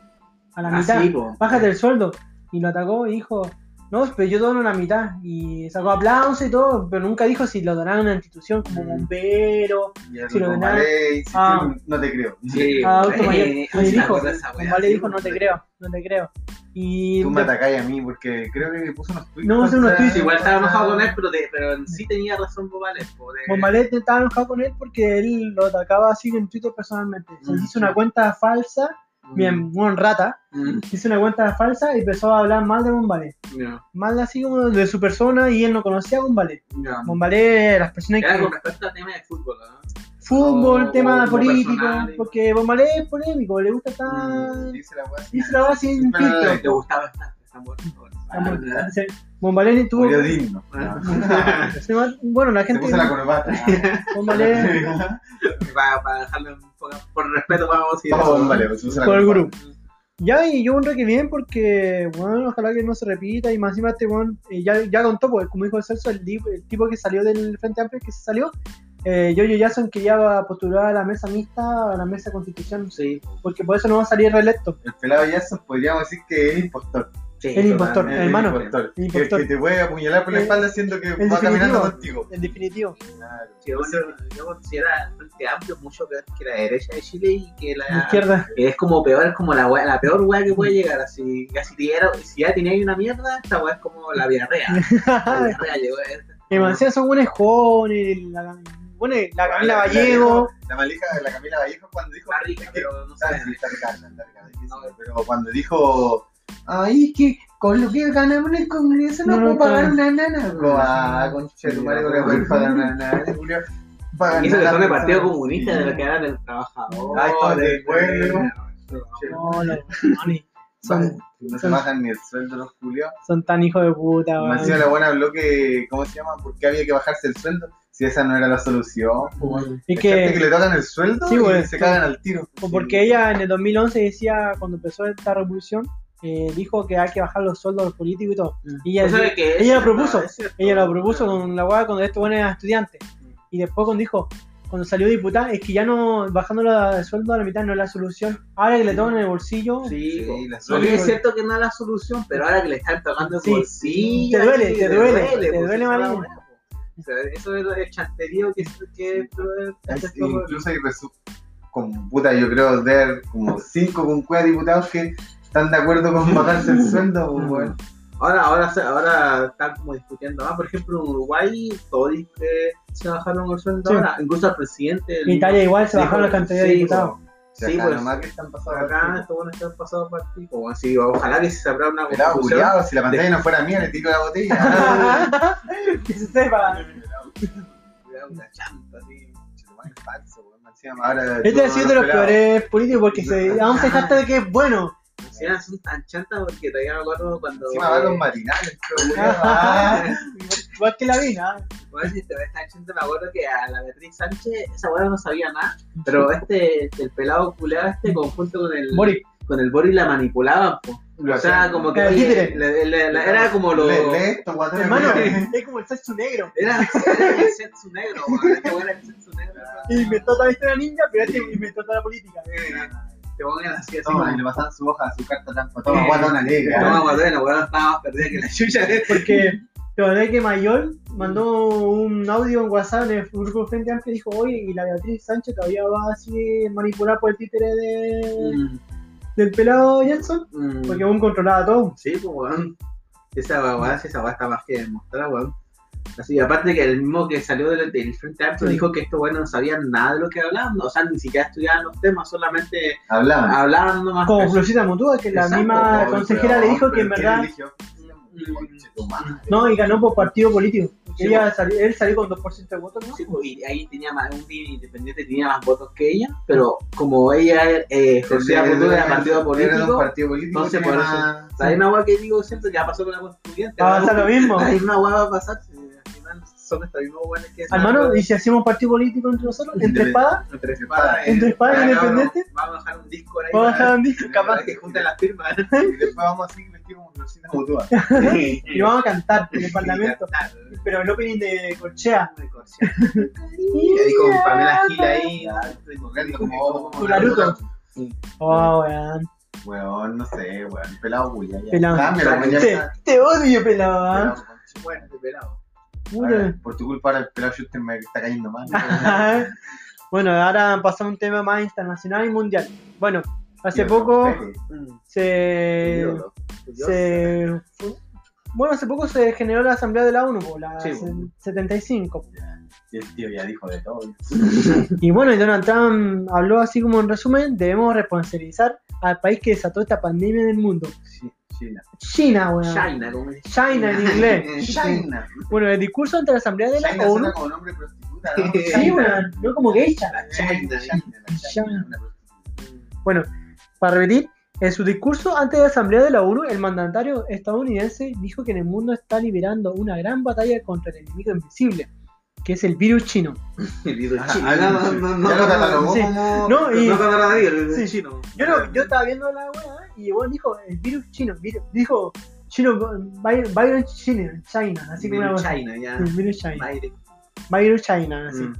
a la
Ah,
mitad,
sí, po.
bájate el sueldo, y lo atacó y dijo, no, pero yo dono la mitad, y sacó aplausos y todo, pero nunca dijo si lo donaron a una institución como
Mm.
bombero,
Y el
Si lo
Bombalé, y si
Ah.
tiene un- no te creo.
Sí,
a
eh,
auto
*laughs*
mayor,
eh,
le
esa
dijo,
cosa, esa weá,
Bombalia
sí,
dijo, no te
porque-
creo, no te creo, y...
Tú me atacáis a mí porque creo que puso unos tweets.
No, puso unos
contra-
tweets.
Igual estaba enojado con él, pero, te- pero en sí tenía razón Bobalet. po, de-
Bombalet estaba enojado con él porque él lo atacaba así en Twitter personalmente. Se
Mm,
hizo una cuenta falsa,
Mm,
bien, buen rata,
mm,
hizo una cuenta falsa y empezó a hablar mal de Bombalet.
no,
Mal así como de su persona y él no conocía a Bombalet.
no.
Bombalet, las personas
Era
que...
con respecto al tema de fútbol, ¿no?
Fútbol,
o-
tema
o
político,
personal.
porque Bombalet es polémico, le gusta estar...
Mm, Dice la wea.
Dice la base sin
Pero, eh,
filtro.
Te gustaba estar, está muerto.
Ah, bueno, dice, Bombalet tuvo...
Murió digno.
se llama- *laughs* Bueno, la
Se
Ah, gente...
puso
*laughs*
la corbata. *laughs*
Bombalet...
Para, para dejarlo en poca- por respeto, vamos a decir.
Vamos,
eso.
Bombalé, se puso la
Por el
corbata.
grupo. Ya, y yo creo que bien porque, bueno, ojalá que no se repita y más encima este weón eh, ya, ya contó, pues, como dijo el Celso, el, di- el tipo que salió del Frente Amplio, que se salió, eh, Yoyo Jackson quería postular a la mesa mixta, a la mesa de constitución,
Sí,
porque por eso no va a salir reelecto.
El pelado Jason podríamos decir que es impostor.
sí,
El impostor,
totalmente.
hermano.
Impostor.
El
Que,
impostor. Eh,
que te puede apuñalar por la
El-
espalda siendo que va
definitivo.
caminando contigo.
En definitivo.
Sí, bueno, yo considero el Frente Amplio mucho peor que la derecha de Chile y que la,
La izquierda.
que es como peor, es como la, wea- la peor weá que puede llegar. Así, casi tiraron- si ya tenía ahí una mierda, esta weá es como la
*laughs*
diarrea. La diarrea llegó a esta.
Y más encima son buenos jóvenes, la, bueno, la Camila
La
Vallejo, Ah,
La, malija, la Camila Vallejo cuando dijo.
Está rica, pero no sé.
Está- sí, está rica, está rica, sí, sí, Pero cuando dijo. Ay, es que con lo que ganamos en el Congreso no,
No,
puedo
no,
pagar
no.
una nana. Digo, Ah, concha, tu madre, con la cual pagar una nana. Julio. Pagar
Y eso que
nana,
son el Partido
persona.
Comunista, de lo que eran el trabajador.
Ay, todo del
del-
pueblo.
del-
no, los weones son, Ah.
No se bajan ni el sueldo los culiados.
son tan hijos de puta,
Más encima
weón.
la buena habló que, ¿cómo se llama? ¿Por qué había que bajarse el sueldo? Si esa no era la solución.
Y
Gente
que...
que le tocan el sueldo
Sí,
y
güey.
se cagan al tiro.
O porque ella en el 2011 decía, cuando empezó esta revolución, eh, dijo que hay que bajar los sueldos a los políticos y todo. Y ella,
Tú sabes que
ella
eso
lo propuso,
es cierto.
ella lo propuso con la hueá cuando este bueno era estudiante. Y después cuando dijo, cuando salió diputada, es que ya no, bajando la- el sueldo a la mitad no es la solución. Ahora que le toman en el bolsillo,
Sí,
Sí,
po.
la
Porque
solución.
es cierto que no es la solución, pero ahora que le están tocando el
Sí,
bolsillo,
te duele,
sí,
te duele, te
pues,
duele,
esa es la
María.
weá, po. O sea, Eso es el chanterío que, que
Hay-
que-
incluso hay resu- con puta, yo creo de haber como 5 con 4 diputados que están de acuerdo con bajarse el sueldo, pues,
Ah.
weón.
Ahora, ahora, se- ahora están como discutiendo más. Por ejemplo, en Uruguay, todos eh, se bajaron el sueldo.
Sí.
Ahora, incluso al presidente.
en Italia igual se
Sí,
bajaron la
pues,
cantidad de
sí,
diputados.
Si
Sí,
acá
pues.
nomás que están pasando
Acá estos buenos están pasados para el pico. Así, ojalá que se sabrá una
Pelado,
conclusión.
culiado, si la pantalla no fuera mía, le tiro la
*laughs*
botella.
*laughs*
Ah,
que se sepa.
Cuidado, una chanta, así.
Se lo ponen falso, weón. Encima, ahora
Este
todo
ha sido de los
pelado.
peores políticos porque
*laughs*
se, aún se jacta de que es bueno.
Si eran son tan chantas porque todavía me acuerdo cuando.
Encima va los
eh,
matinales,
*laughs*
pero, culiao,
Ah,
ah.
Igual que ¿ah? la vina.
bueno, si te ves tan Este, chanta, me acuerdo que a la Beatriz Sánchez, esa weá no sabía nada. Pero este, el pelado culeado este, conjunto con el.
Boric.
Con el Boris la manipulaban, po.
Lo
O sea,
hacían.
como que
El
oye,
títere.
le- le- le- era como lo.
Le- lee esto, guatón,
Hermano, eh,
culiao.
es como el sexo negro.
Era, era el setsu negro, weón. Este weón era el setsu negro.
Y inventó toda la historia ninja, pero este inventó toda la política.
Te pongan así, así.
*laughs* Toma,
como-
y le pasan su hoja, su carta trampa. Toma, guatón, alegre.
No, me acuerdo, la weón estaba más perdida que la chucha. ¿eh?
Porque te acordás que Mayor mandó un audio en WhatsApp en el grupo Frente Amplio y dijo, oye, y la Beatriz Sánchez todavía va así manipulada por el títere de,
Mm,
del pelado Jensen.
mm.
Porque aún controlaba todo.
Sí, pues weón. Esa weá, esa weá está más que demostrada, weón. Así, aparte que el mismo que salió del, del Frente Amplio
Sí.
dijo que estos weones no sabían nada de lo que hablaban, o sea, ni siquiera estudiaban los temas, solamente Ah,
Hablaban.
hablaban nomás. pues,
Como Florcita Mutua, que la
Exacto,
misma consejera le dijo que en verdad
mm,
no, y ganó por partido político.
Sí,
Ella sali- él salió con 2% de votos, ¿no?
Sí, pues, y ahí tenía más, un independiente tenía más votos que ella, pero como ella eh, Florcita Mutua era partido
Era de un
político,
partido político.
Entonces,
que
por
era-
la misma weá que digo siempre que ha pasado con la constituyente,
Va a
weón.
pasar lo mismo.
la misma weá va a pasar, si al final son estos mismos weones que...
Hermano, y si hacemos partido político entre nosotros, entre
Independ-
espadas,
entre espadas.
Entre espadas
ah, cabrón,
independiente.
Vamos a bajar un disco ahí.
vamos a
para-
dejar un disco
para
capaz.
Que junten las firmas.
Y después vamos así, vestidos como Rosita
*laughs*
Mutua.
Y vamos a cantar en el Parlamento. Pero el opening de Corchea.
Y ahí con Pamela Gil ahí.
Tocando como-
Tu Naruto. Oh, weón.
Weón, no sé, weón. Pelado Julia. ya. Ah,
Pelado. Ah,
Cámbialo, weón, ya
Te,
está.
te odio, pelado. ¿ah?
Pelado, concha.
Bueno, este pelado.
Puta. Ah,
Ahora, Por tu culpa ahora el pelado Schuster me está cayendo mal.
*laughs* bueno, ahora pasamos a un tema más internacional y mundial. Bueno, hace poco se,
Ídolo. Curioso.
se- Bueno, hace poco se generó la Asamblea de la ONU, po, la
Sí, po.
se- 75.
Y el tío ya dijo de todo.
Y bueno, y Donald Trump habló así como en resumen, debemos responsabilizar al país que desató esta pandemia en el mundo.
Sí, China.
China, weón.
China, como es.
China en
*laughs*
inglés.
China.
Bueno, el discurso ante la Asamblea de la
China
ONU.
suena como nombre de prostituta, ¿no?
*laughs* Sí, weón, no como geisha.
La China, la China, la China, una prostituta.
Bueno, para repetir, en su discurso ante la Asamblea de la ONU, el mandatario estadounidense dijo que en el mundo está liberando una gran batalla contra el enemigo invisible, que es el virus chino.
Querido
Ah,
chino.
ah,
No,
sí.
no, no,
Ya lo catalogó
sí.
como-
No, y
No coronavirus,
Sí.
es chino.
yo, no- yo estaba viendo la weá y bueno, dijo el virus chino, vir- dijo chino, vi- virus chino, China, así como una
Virus
cosa.
China, ya.
Sí, virus China,
Aire.
virus China, así.
Mm.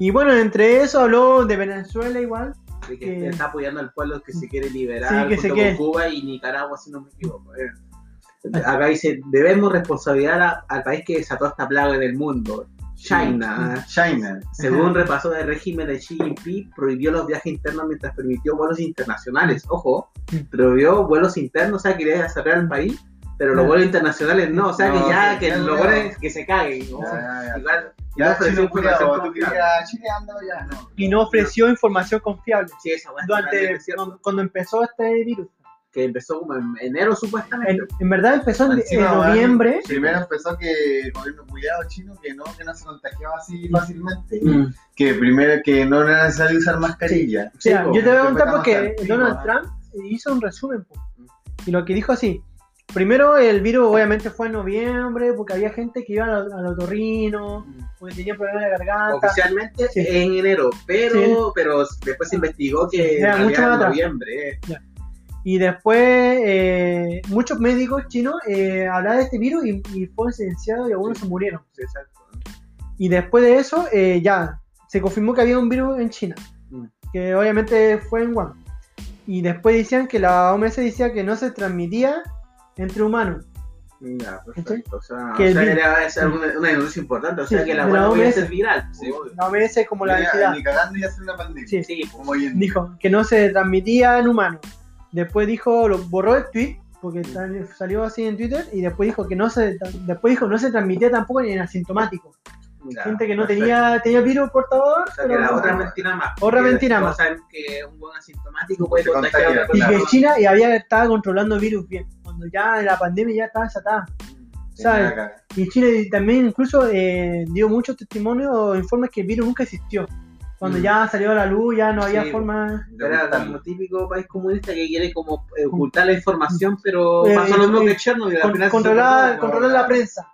Y bueno, entre eso habló de Venezuela igual,
De que
Que-
está apoyando al pueblo que se quiere liberar
Sí, que
junto
se
con
quede.
Cuba y Nicaragua, si no me equivoco. eh. Acá dice, debemos responsabilizar a- al país que desató esta plaga en el mundo, China. ¿eh?
China.
Según un repaso del régimen de Xi Jinping, prohibió los viajes internos mientras permitió vuelos internacionales. Ojo, prohibió vuelos internos, o sea, quería cerrar el país, pero los
Ah.
vuelos internacionales no, o sea, que
No,
ya,
sí,
que
ya
los
no.
vuelos que se caguen. ¿no?
Ya, ya,
Igual,
Ya,
igual ofreció
Chino,
información
culiao, tú
confiable.
querías Chile andaba ya, no.
y no ofreció información confiable
Sí, esa weá está
durante,
totalmente cierta.
cuando empezó este virus.
que empezó como en enero supuestamente.
En, en verdad empezó en,
Ah, Encima,
en
weón,
noviembre.
Primero empezó que el gobierno culiado chino que no, que no se contagiaba
Mm.
así fácilmente. Que primero que no era necesario usar mascarilla.
O sea,
Sí, po,
yo te voy a contar
pues, empezamos
porque
tan
Donald
antiguo,
Trump hizo un resumen. po.
Mm.
Y lo que dijo así. Primero, el virus obviamente fue en noviembre porque había gente que iba al, al otorrino, porque tenía problemas de garganta.
Oficialmente
Ah, Sí.
en enero, pero
Sí.
pero después se investigó que
Era
en
mucho
realidad
más
en
atrás.
noviembre. eh.
Y después, eh, muchos médicos chinos eh, hablaban de este virus y, y fue silenciado y algunos se murieron.
Exacto.
Y después de eso, eh, ya, se confirmó que había un virus en China,
Mm.
que obviamente fue en Wuhan. Y después decían que la OMS decía que no se transmitía entre humanos.
Ya, perfecto. O sea,
Que
o sea,
el virus-
era, es una, una noticia importante. O sea,
Sí,
que la
de la
hueá podía
OMS.
ser viral.
Sí,
po.
La OMS es como la
Ya,
entidad.
Ni cagando y hacer una pandemia.
Sí.
Sí, po.
Como hoy en día.
dijo que no se transmitía en humanos. Después dijo, lo borró el tweet, porque sal- salió así en Twitter, y después dijo que no se tra- después dijo no se transmitía tampoco ni en asintomáticos.
Ya,
Gente que no
perfecto.
tenía, tenía virus portador,
O sea, que
pero
era
no-
otra mentira más.
Otra
Porque
mentira
todos
más.
saben que un buen asintomático puede
Se
contagiar a otra
y
contagia.
que
persona.
China y había estaba controlando el virus bien, cuando ya la pandemia ya estaba desatada.
Sí,
¿sabes?
una cagada.
Y Chile también incluso eh, dio muchos testimonios o informes que el virus nunca existió. Cuando
Mm.
ya salió a la luz, ya no había
Sí.
forma.
Era como típico país comunista que quiere como eh, ocultar la información, pero
Eh,
pasó lo mismo
eh,
que Chernobyl. al
Con-
final se
controlar,
supo todo,
controlar
¿no?
la prensa.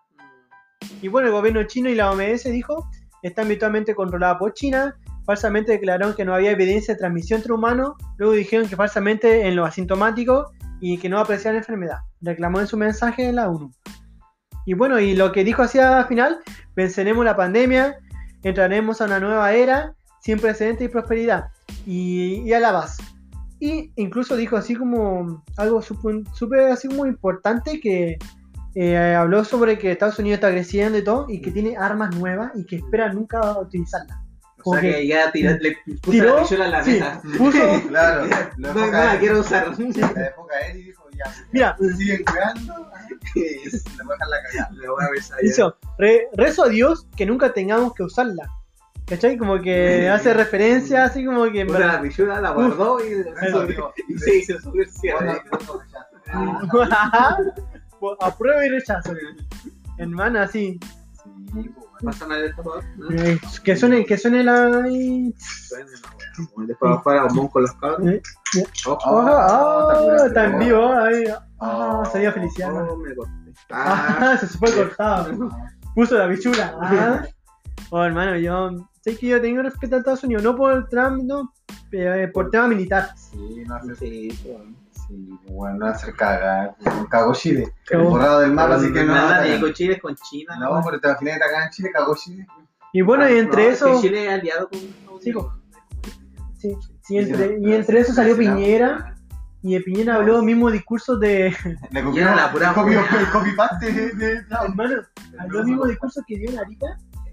Y bueno, el gobierno chino y la OMS dijo están virtualmente controladas por China. Falsamente declararon que no había evidencia de transmisión entre humanos. Luego dijeron que falsamente en los asintomáticos y que no apreciaban la enfermedad. Reclamó en su mensaje la ONU. Y bueno, y lo que dijo hacia al final, venceremos la pandemia, entraremos a una nueva era sin precedentes y prosperidad. Y, y a la base. Y incluso dijo así como algo supu- súper así como importante que eh, habló sobre que Estados Unidos está creciendo y todo, y que tiene armas nuevas y que espera nunca utilizarlas.
O sea,
Como
que ya tiró, le puso
tiró,
la pistola a la
sí,
mesa. *laughs*
puso-
Claro, lo
No,
dejó
no la
caer.
quiero usar.
La dejó caer y dijo, ya.
Mira.
Siguen creando. *laughs* Le voy a dejar la cagada.
La voy a besar ya.
Hizo, "Re- rezo a Dios que nunca tengamos que usarla. ¿Cachai? Como que hace referencia, así como que en
Puso
verdad-
la pistola, la guardó y,
Eso, digo.
y se hizo subir
Bueno,
cierre.
bueno, ya.
*laughs* Aprueba y rechazo. Hermana, así.
Sí, po, bueno.
Pasan al destapador, ¿no?
Eh, Que suene, que suene la. y-
Suena la wea. Después va fuera bombón con los cabros.
Eh, eh.
Ojo.
Oh,
Ah, está curado.
está en vivo. ay, ah,
Oh,
salía
Oh,
Feliciano.
me corté.
Ah,
Ah,
*laughs* se fue cortado. puso la
*laughs*
bichura. Ah. Oh, hermano, yo sé que yo tengo respeto a Estados Unidos, no por Trump, no, eh, por tema militar.
Sí, no hace
sí, po.
Sí, bueno, no hacer cagar. Cagó Chile.
Cagó.
Borrado del mapa, así que no.
Nada, ni
atacan.
con Chile, con China.
No, pero te imaginas que acá en Chile cagó Chile.
Y bueno, y entre
No, es que
eso,
Chile es aliado con Estados
Sí,
Unidos.
sí, y entre, y entre eso salió Piñera, y de Piñera habló el mismo discurso de.
Le
Llegaron la pura
copy,
hueá.
el copy paste de, de Trump.
*laughs* Hermano, habló el mismo discurso que dio Narita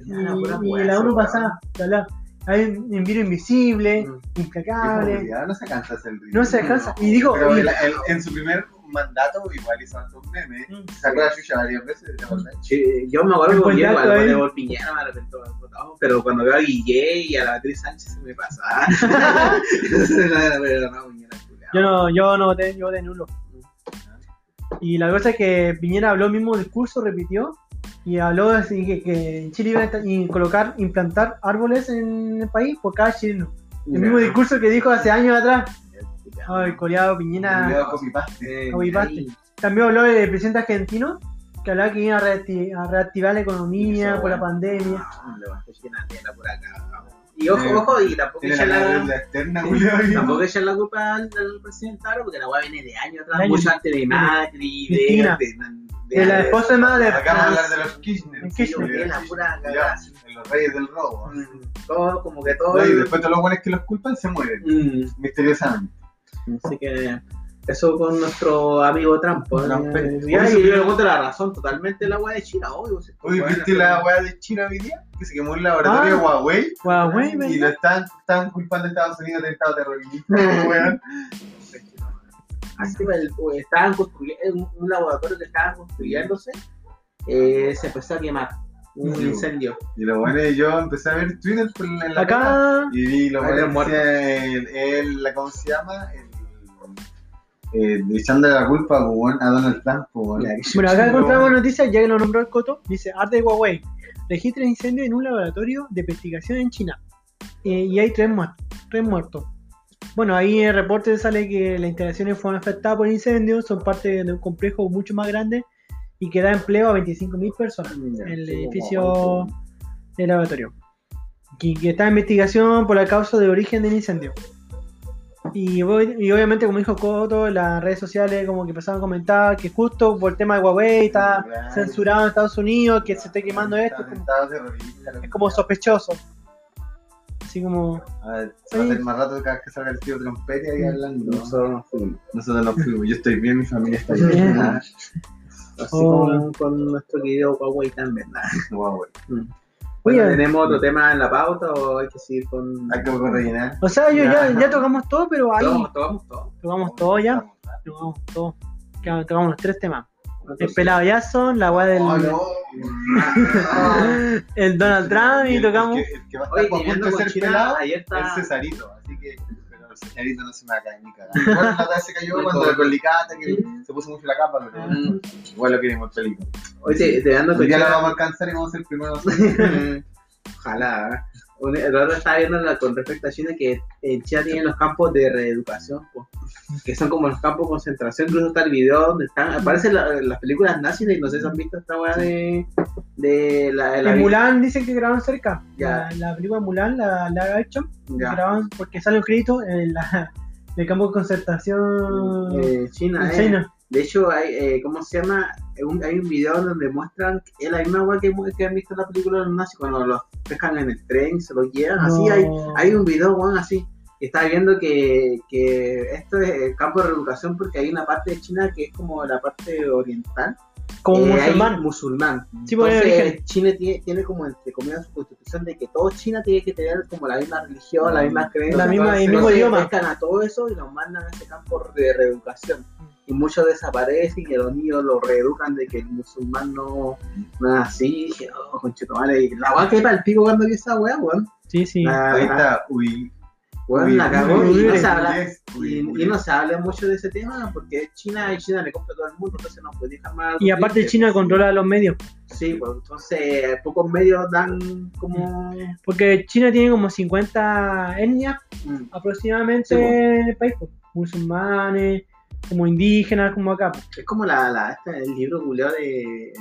y,
Ya, Ah, pura
y
hueá,
la ONU
esa,
pasada. ojalá. Hay un un virus invisible,
Mm.
implacable,
No se cansa de hacer el ritmo.
Ah, no se alcanza. Y dijo,
Pero
y-
él- él en su primer mandato igual hizo harto un meme.
Mm.
Sacó la chucha varias veces, ¿te acordás?
Sí, Yo me acuerdo
Buen
que yo
dato
cuando
ahí.
le voy Piñera me arrepentó, me arrepentó, pero cuando veo a Guille y a la Beatriz Sánchez se me
*laughs*
pasa. pero no, Piñera, culiao.
Yo no, yo no voté, yo voté nulo. Y la cosa es que Piñera habló el mismo discurso, repitió, y habló así que, que en Chile iban a esta- y colocar, implantar árboles en el país por cada chileno. El mismo discurso que dijo hace años atrás.
Culiao.
Ay, coreado
Un video
Piñera.
de copy paste.
Eh,
Oye, basta.
ahí.
También habló el presidente argentino, que hablaba que iba a, reacti- a reactivar la economía
Eso,
por la
bueno.
pandemia.
Ah, le basta, llena tela por acá, vamos. Y ojo,
Eh,
ojo, y tampoco
Tiene
echar
la
la,
deuda externa, Julio.
tampoco echar la culpa al, al presidente ahora, porque la weá viene de años atrás,
De años.
mucho antes de Macri, de,
Cristina.
de-
De la esposa de Madre.
Acá vamos a hablar de los Kirchner.
En
Sí, yo
Kirchner.
quedé la pura cagada,
Ya,
así.
en los reyes del robo.
Todo, como que todo.
No, y después todos los buenos que los culpan se mueren,
Mm.
misteriosamente.
Así que eso con nuestro amigo Trump. ¿eh?
Trump, eh,
Ya,
oye,
y yo
pero-
le encuentro la razón totalmente la weá de China, obvio. pues, si
Oye,
esta
¿viste
weá
la
no-
weá de China hoy día? Que se quemó el laboratorio
Ah.
de Huawei
Huawei,
y lo
¿verdad?
están, están culpando a Estados Unidos de estado terrorista, *laughs* weón.
Así que el- o estaban construyendo un laboratorio que estaban construyéndose, eh, se empezó a quemar. Un
Sí.
incendio.
Y lo bueno es que yo empecé a ver Twitter por la- en la casa
Acá.
y vi lo
Ahí
bueno
están
que decía el, el, la- ¿cómo se llama? El, el, echándole la culpa weón, a Donald Trump, weón.
Bueno,
Sí,
acá
weón.
encontramos noticias, ya que lo nombró el Coto, dice Arte de Huawei. Registra incendio en un laboratorio de investigación en China. Eh, y hay tres, muer- tres muertos. Bueno, ahí en el reporte sale que las instalaciones fueron afectadas por incendios, son parte de un complejo mucho más grande y que da empleo a 25.000 personas el edificio del laboratorio. Y que está en investigación por la causa de origen del incendio. Y, voy- y obviamente, como dijo Coto, las redes sociales como que empezaron a comentar que justo por el tema de Huawei está
Claro.
censurado en Estados Unidos, que se esté quemando esto,
Atentado terrorista, lo
es
que
como
sea.
sospechoso. así como.
A ver, va a ser más rato cada vez que salga el tío trompete ahí hablando.
Nosotros nos fuimos.
Nosotros no fuimos, yo estoy bien, mi familia está
Bien.
bien. *laughs* Ah,
Así
Oh.
con, con nuestro querido Huawei también. ¿verdad?
Guau, güey.
Bueno,
Oye.
¿Tenemos otro tema en la pauta o hay que seguir con.?
Hay que rellenar.
O sea, yo ya,
Ya.
ya tocamos todo, pero ahí.
Tomamos, tomamos todo.
Tocamos todo ya. Tocamos todo. Claro, Tocamos los tres temas. El pelado Jackson, la weá del. *laughs*
Oh, no.
El Donald Trump y
El-
tocamos.
El que, el que va a
ah, Oye,
estar por punto
teniendo
de
con
ser
China,
pelado
ayer está.
es Cesarito, así que. Pero el Cesarito no se me va a caer
*laughs*
ni cagando. Bueno, la otra vez se cayó
Muy
cuando
pobre.
la colicata, que se puso mucho la capa, pero
Mm.
igual lo queremos película.
Oye, te dando
Hoy día lo
cuenta-
vamos a alcanzar y vamos a ser primeros.
Ojalá. ¿eh? Un error estaba viendo la- con respecto a China que en China tienen los campos de reeducación, po, que son como los campos de concentración. Incluso está el video donde están, aparecen la- las películas nazis y no sé si han visto esta weá
eh,
de, de la. de la-
En Mulan dicen que grabaron cerca.
Ya.
La, la película Mulan, la, la live action,
Ya.
grabaron porque sale un crédito en la, en el campo de concertación
Eh, China,
Ah, en
eh.
China.
De hecho, hay, eh, ¿cómo se llama? Hay un, hay un video donde muestran que es la misma weá que, mu- que han visto en la película de los nazis, cuando los pescan en el tren, se los llevan, eh, así
No.
hay, hay un video, weón, así. que Estaba viendo que, que esto es el campo de reeducación porque hay una parte de China que es como la parte oriental.
Como
eh, hay
musulmán.
musulmán.
Sí, por el
Entonces,
origen.
China tiene, tiene como entre comillas su constitución de que todo China tiene que tener como la misma religión, la misma creencia.
La misma- el
entonces,
mismo idioma.
pescan a todo eso y los mandan a ese campo de reeducación. Y muchos desaparecen y los niños los reeducan de que el musulmán no, no es así. Y dije, oh, conchetumare. La weá que para el pico cuando vi esa weá, weón.
Sí, sí.
La-
Ahí
la-
está, uy.
Weón, la cagó y no se habla.
Yes,
Y,
uy,
y
uy.
no se habla mucho de ese tema porque es China y China le compra a todo el mundo, entonces no puede jamás.
Y aparte China controla los medios.
Sí, pues entonces pocos medios dan como.
Porque China tiene como 50 etnias
Mm.
aproximadamente
Sí, po.
en el país. po. Musulmanes, como indígenas, como acá. po.
Es como la, la- este, el libro culiao de.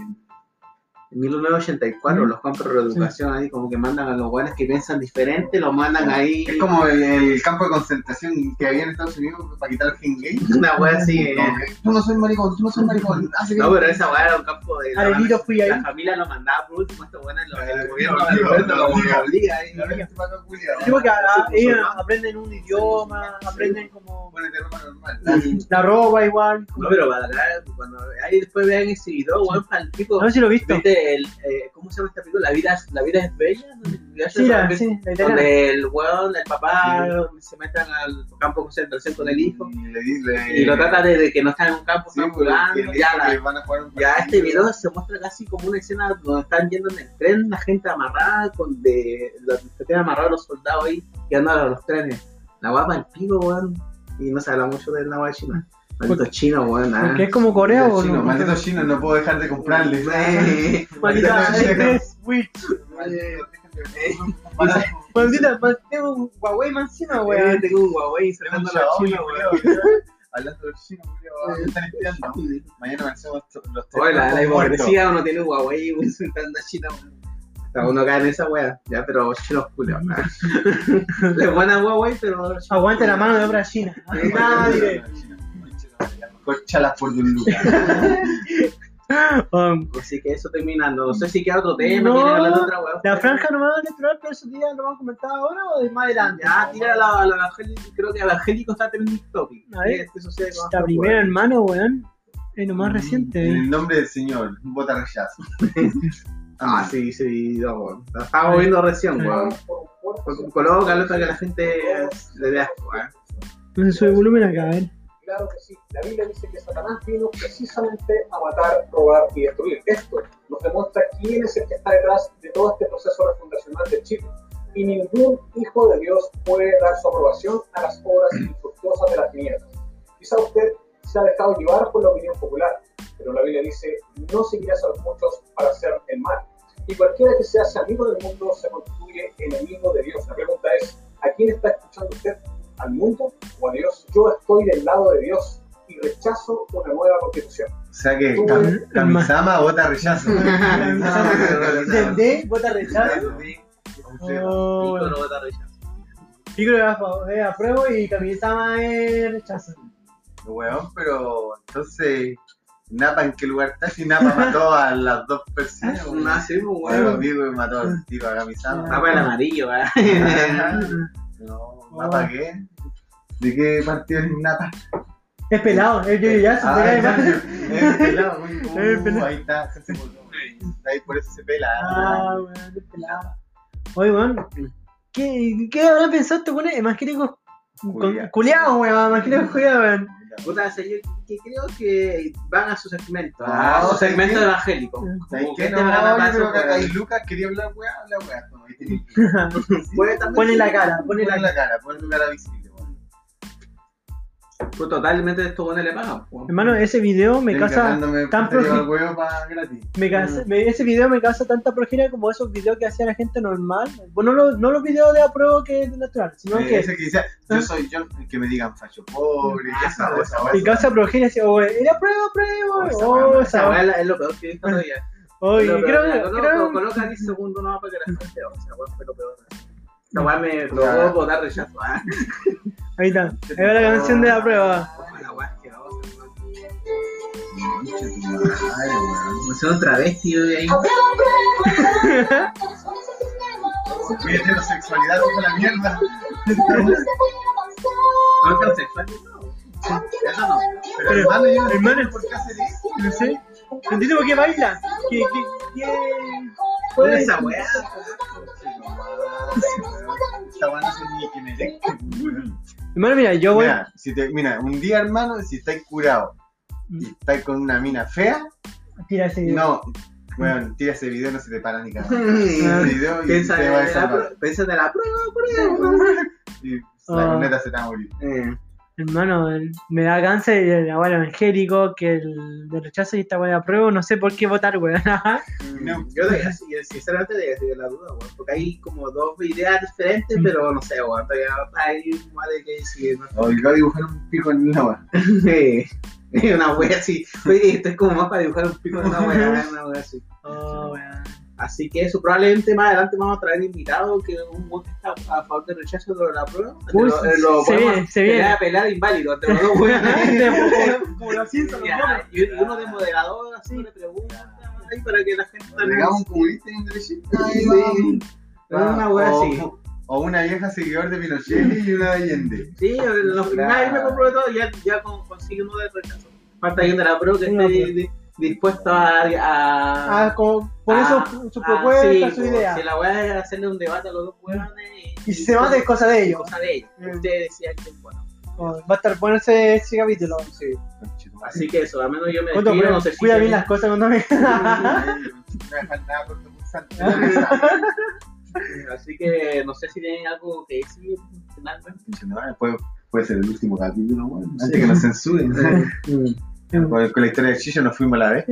1984,
Mm.
los campos de reeducación ahí, como que mandan a los buenos que piensan diferente, los mandan ahí.
Es como el, el campo de concentración que había en Estados Unidos para quitar al gen gay.
una wea así. eh.
Como que, Tú no soy maricón, tú no soy maricón. Hace
No, pero esa wea era un campo de. La,
Arenito fui ahí.
la familia lo mandaba por último, estos buenos los el
Eh,
gobierno
lo obliga,
lo- lo
lo obliga.
obliga ahí.
Sí, porque a- a-
Sí,
ellos
musulmán.
aprenden un idioma,
Sí.
aprenden como
Ponete ropa normal.
la ropa igual.
No, pero para la- cuando ahí después vean ese video, weón, para el pico.
No sé si lo he visto.
¿Viste el, eh, ¿Cómo se llama esta película? La vida, la vida es bella. ¿no?
Sí, la, sí, la italiana.
Donde el weón, el papá se metan al campo de concentración con el hijo
Y le dice.
y lo trata desde que no está en un campo,
Sí,
están
pues,
porque
jugando.
le dice
Ya, la-
que van a jugar un
ya este
partido.
video se muestra casi como una escena donde están yendo en el tren, la gente amarrada, con de, los que tienen amarrados los soldados ahí que andan a los trenes. La guapa el pico, weón. Y no se habla mucho de la guapa china. Malditos chinos, weón. ah.
Porque es como Corea o
Malditos chinos,
no.
Malditos chinos, no puedo dejar de comprarles.
Eh,
*laughs* Maldita
Maldita
Express, Wii. *laughs*
Malditos, déjenme ver.
Maldita, mal- tengo un Huawei más encima,
weón,
weón.
tengo un Huawei
Tengo un
cerrando la
Xiaomi,
china, weón.
culiao, *laughs* Hablando del chino, culiao, me están espiando. Mañana vencemos los tres.
Oye, la, la
muertos.
hipocresía uno tiene Huawei *laughs* y insultando a China. weón. Hasta uno cae en esa wea, ya, pero chinos culiados. *laughs* Les van a Huawei, pero.
Aguante la mano de obra china.
Sí.
Nada, diré.
Cochalas por
*laughs*
un lugar.
Um,
Así que eso terminando. No sé si queda otro tema,
No.
quieren hablar de otra wea.
La franja no me va a destruir, pero eso ya lo vamos a comentar ahora o de más adelante. Ah,
Ya, tira a la, a la evangélica, creo que evangélico está trending topic.
A ver.
Eh, Eso sea con
Esta
esta
primera,
wea.
hermano, weón. Es lo más reciente.
En
eh.
el nombre del Señor, bota rechazo.
*laughs* Ah, sí, sí, no, weón. La estamos viendo recién, weón. Colócalo para que la gente le dé asco, weón.
No se sube el volumen acá, a ver.
Claro que sí. La Biblia dice que Satanás vino precisamente a matar, robar y destruir. Esto nos demuestra quién es el que está detrás de todo este proceso refundacional de Chile. Y ningún hijo de Dios puede dar su aprobación a las obras infructuosas de las tinieblas. Quizá usted se ha dejado llevar por la opinión popular, pero la Biblia dice, no seguirás a los muchos para hacer el mal. Y cualquiera que se hace amigo del mundo se constituye enemigo de Dios. La pregunta es, ¿a quién está escuchando usted? ¿Al mundo o a Dios? Yo estoy del lado de Dios y rechazo una nueva constitución.
O sea que Cam- Kamisama
*laughs*
bota rechazo.
Ah, Desde
Kamisama
D, vota rechazo.
Pico
Oh,
no vota rechazo.
Pico le va a favor, eh, apruebo y Kamisama es rechazo.
Weón, pero entonces Napa, ¿en qué lugar está? Si Napa mató a las dos personas.
Ah,
No, sí, pues,
Bueno,
weón.
digo, y mató al tiro a Gamisama. *laughs*
Napa el amarillo, ¿verdad? *laughs*
Ah,
No, ¿Napa qué? ¿De qué partido es Napa?
Es pelado, es Yoyoyazo.
Ah,
pega
ya,
de-
es pelado, muy-
*laughs*
uh,
Es pelado.
Ahí está, se hace boludo. Ahí por eso se pela.
*laughs* Ah, weón, es pelado. Oye, weón, ¿qué, qué habrán pensado estos weones? Evangélicos
Culiao.
con- culiados, weón. Evangélicos culiados, weón.
Puta, o sea, yo que creo que van a su segmento,
Ah,
a su
¿sabes
segmento
qué?
evangélico.
¿Sabes
Como que
qué?
este
No,
programa
yo
pasa,
creo que acá
weón.
hay Lucas quería hablar weá, habla weá.
*laughs*
como ahí tiene-
Puede también
Ponle
ser-
la cara, ponle
Ponle
la
la cara, ponle tu cara visible. weón.
Pues totalmente esto bueno le pagan. pues.
Hermano, ese video me
Estoy
casa,
encargándome
tan
de llevar
profi-
huevo pa' gratis.
me casa, me- ese video me casa tanta progeria como esos videos que hacía la gente normal. Bueno, no, los- no los videos de apruebo que es natural, sino
Eh,
que
ese que dice, yo soy yo, el que me digan facho pobre, y esa
Ah,
cosa,
mi casa progeria decía, oh, era prueba,
Oh,
prueba,
esa
oh,
weá-
esa
esa
weá.
weá es lo peor que he visto todavía.
Oh, y
Lo peor,
creo
mira,
que-
colo-
creo-
colo- Coloca 10 segundos nomás para que la gente vea. Esa weá fue lo peor. Esa weá me
Ya.
probó votar rechazo. ah. *laughs*
Ahí está, ahí va la canción de la prueba.
La weá asquerosa, weón.
Ay, weón.
Como si fuera un travesti yo, ahí.
Mi heterosexualidad es la
*laughs*
mierda.
No transexual.
Eso no. Pero hermano, yo no
Hermano.
entiendo por qué hacen eso.
No sé, no entiendo por qué baila. ¿Qué, qué, qué?
¿Cuál es esa weá?
Esta weá no es ni que me dé, weón.
Hermano, mira, yo voy.
Mira, si te- mira, un día, hermano, si estáis curado y estáis con una mina fea,
Tira ese video.
no. Bueno, tira ese video, no se te para
*laughs*
ni cagando.
Ah,
Mm.
Ese video y
Piensa
te
de
va a
la
salvar.
prueba. Piensa de la prueba, prueba.
Y
Ah.
la luneta se te va a morir.
Eh,
Hermano, el- me da cáncer el abuelo evangélico, que el de rechazo y esta weá de apruebo, no sé por qué votar, weón. *laughs* ajá.
No.
Yo todavía, sí, sinceramente, todavía estoy en la duda, weón. Porque hay como dos ideas
Mm.
diferentes, pero no sé, weón. Todavía hay un de que decir, ¿no? *laughs*
Obligado a dibujar un pico en la weá.
Sí. una wea así. Oye, esto es como más para dibujar un pico de una
*laughs*
wea, una wea así.
Oh, weón.
Así que eso, probablemente más adelante vamos a traer invitado que un buen que está a favor del rechazo de la prueba.
Uy,
Lo- eh, lo
se
podemos
viene, se
pelear-
viene.
Pelear inválido entre los dos
*laughs*
weones. *laughs*
Como- como los Simpsons, los monos.
Ya, Y y uno de moderador, así, le pregunta ahí para que la gente
Llegamos un comunista y un derechista. ahí
Sí.
vamos. Ah,
Pero una wea
O-
así.
O una vieja seguidor de Pinochet y una de Allende.
*laughs* Sí, los,
Claro.
nadie me compró de todo, ya, ya con, consigue uno de rechazo. Falta alguien de la pro que
Una
esté
pro.
di- dispuesto a. a,
Ah, como- por eso
Ah,
su propuesta,
sí,
su
pues,
idea.
Si la voy a hacerle un debate a los dos huevones.
Y si se mata es cosa de ellos.
Cosa de ellos.
Mm.
Ustedes decían que es bueno.
Oh, va a estar bueno ese, ese capítulo.
Sí. Así que eso, al menos yo me
Cuento,
despido,
cuida-
no sé si.
cuida bien las cosas cuando me.
No dejan nada corto pulsante.
*laughs* Así que no sé si tienen algo que decir finalmente.
Puede, puede ser el último capítulo, weón. Antes que
*laughs*
nos censuren. con, con la historia de Chillo nos fuimos a la vez.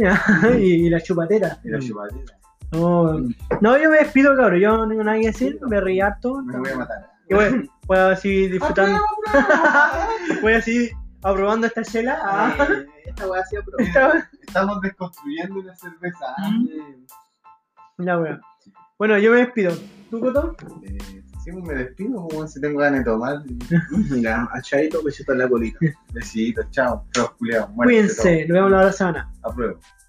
y, y la chupatera.
Mm.
Y la chupadera.
No, no, yo me despido, cabrón. Yo no tengo nada que decir. Me reí harto.
Me voy
*laughs*
a matar.
Y bueno, voy a seguir disfrutando. voy a seguir aprobando esta chela. Ah,
*laughs* Eh, esta voy a hacer pro.
esta-
Estamos desconstruyendo una cerveza.
Eh,
la wea. Bueno, yo me despido. ¿Tú, Coto?
Eh, sí, me despido, weón, si tengo ganas
*laughs*
de tomar.
Ya, achadito, besito en la colita.
Besitos, chao. Todos culiados. muertos,
Cuídense. Nos vemos la otra semana.
todos. Apruebo.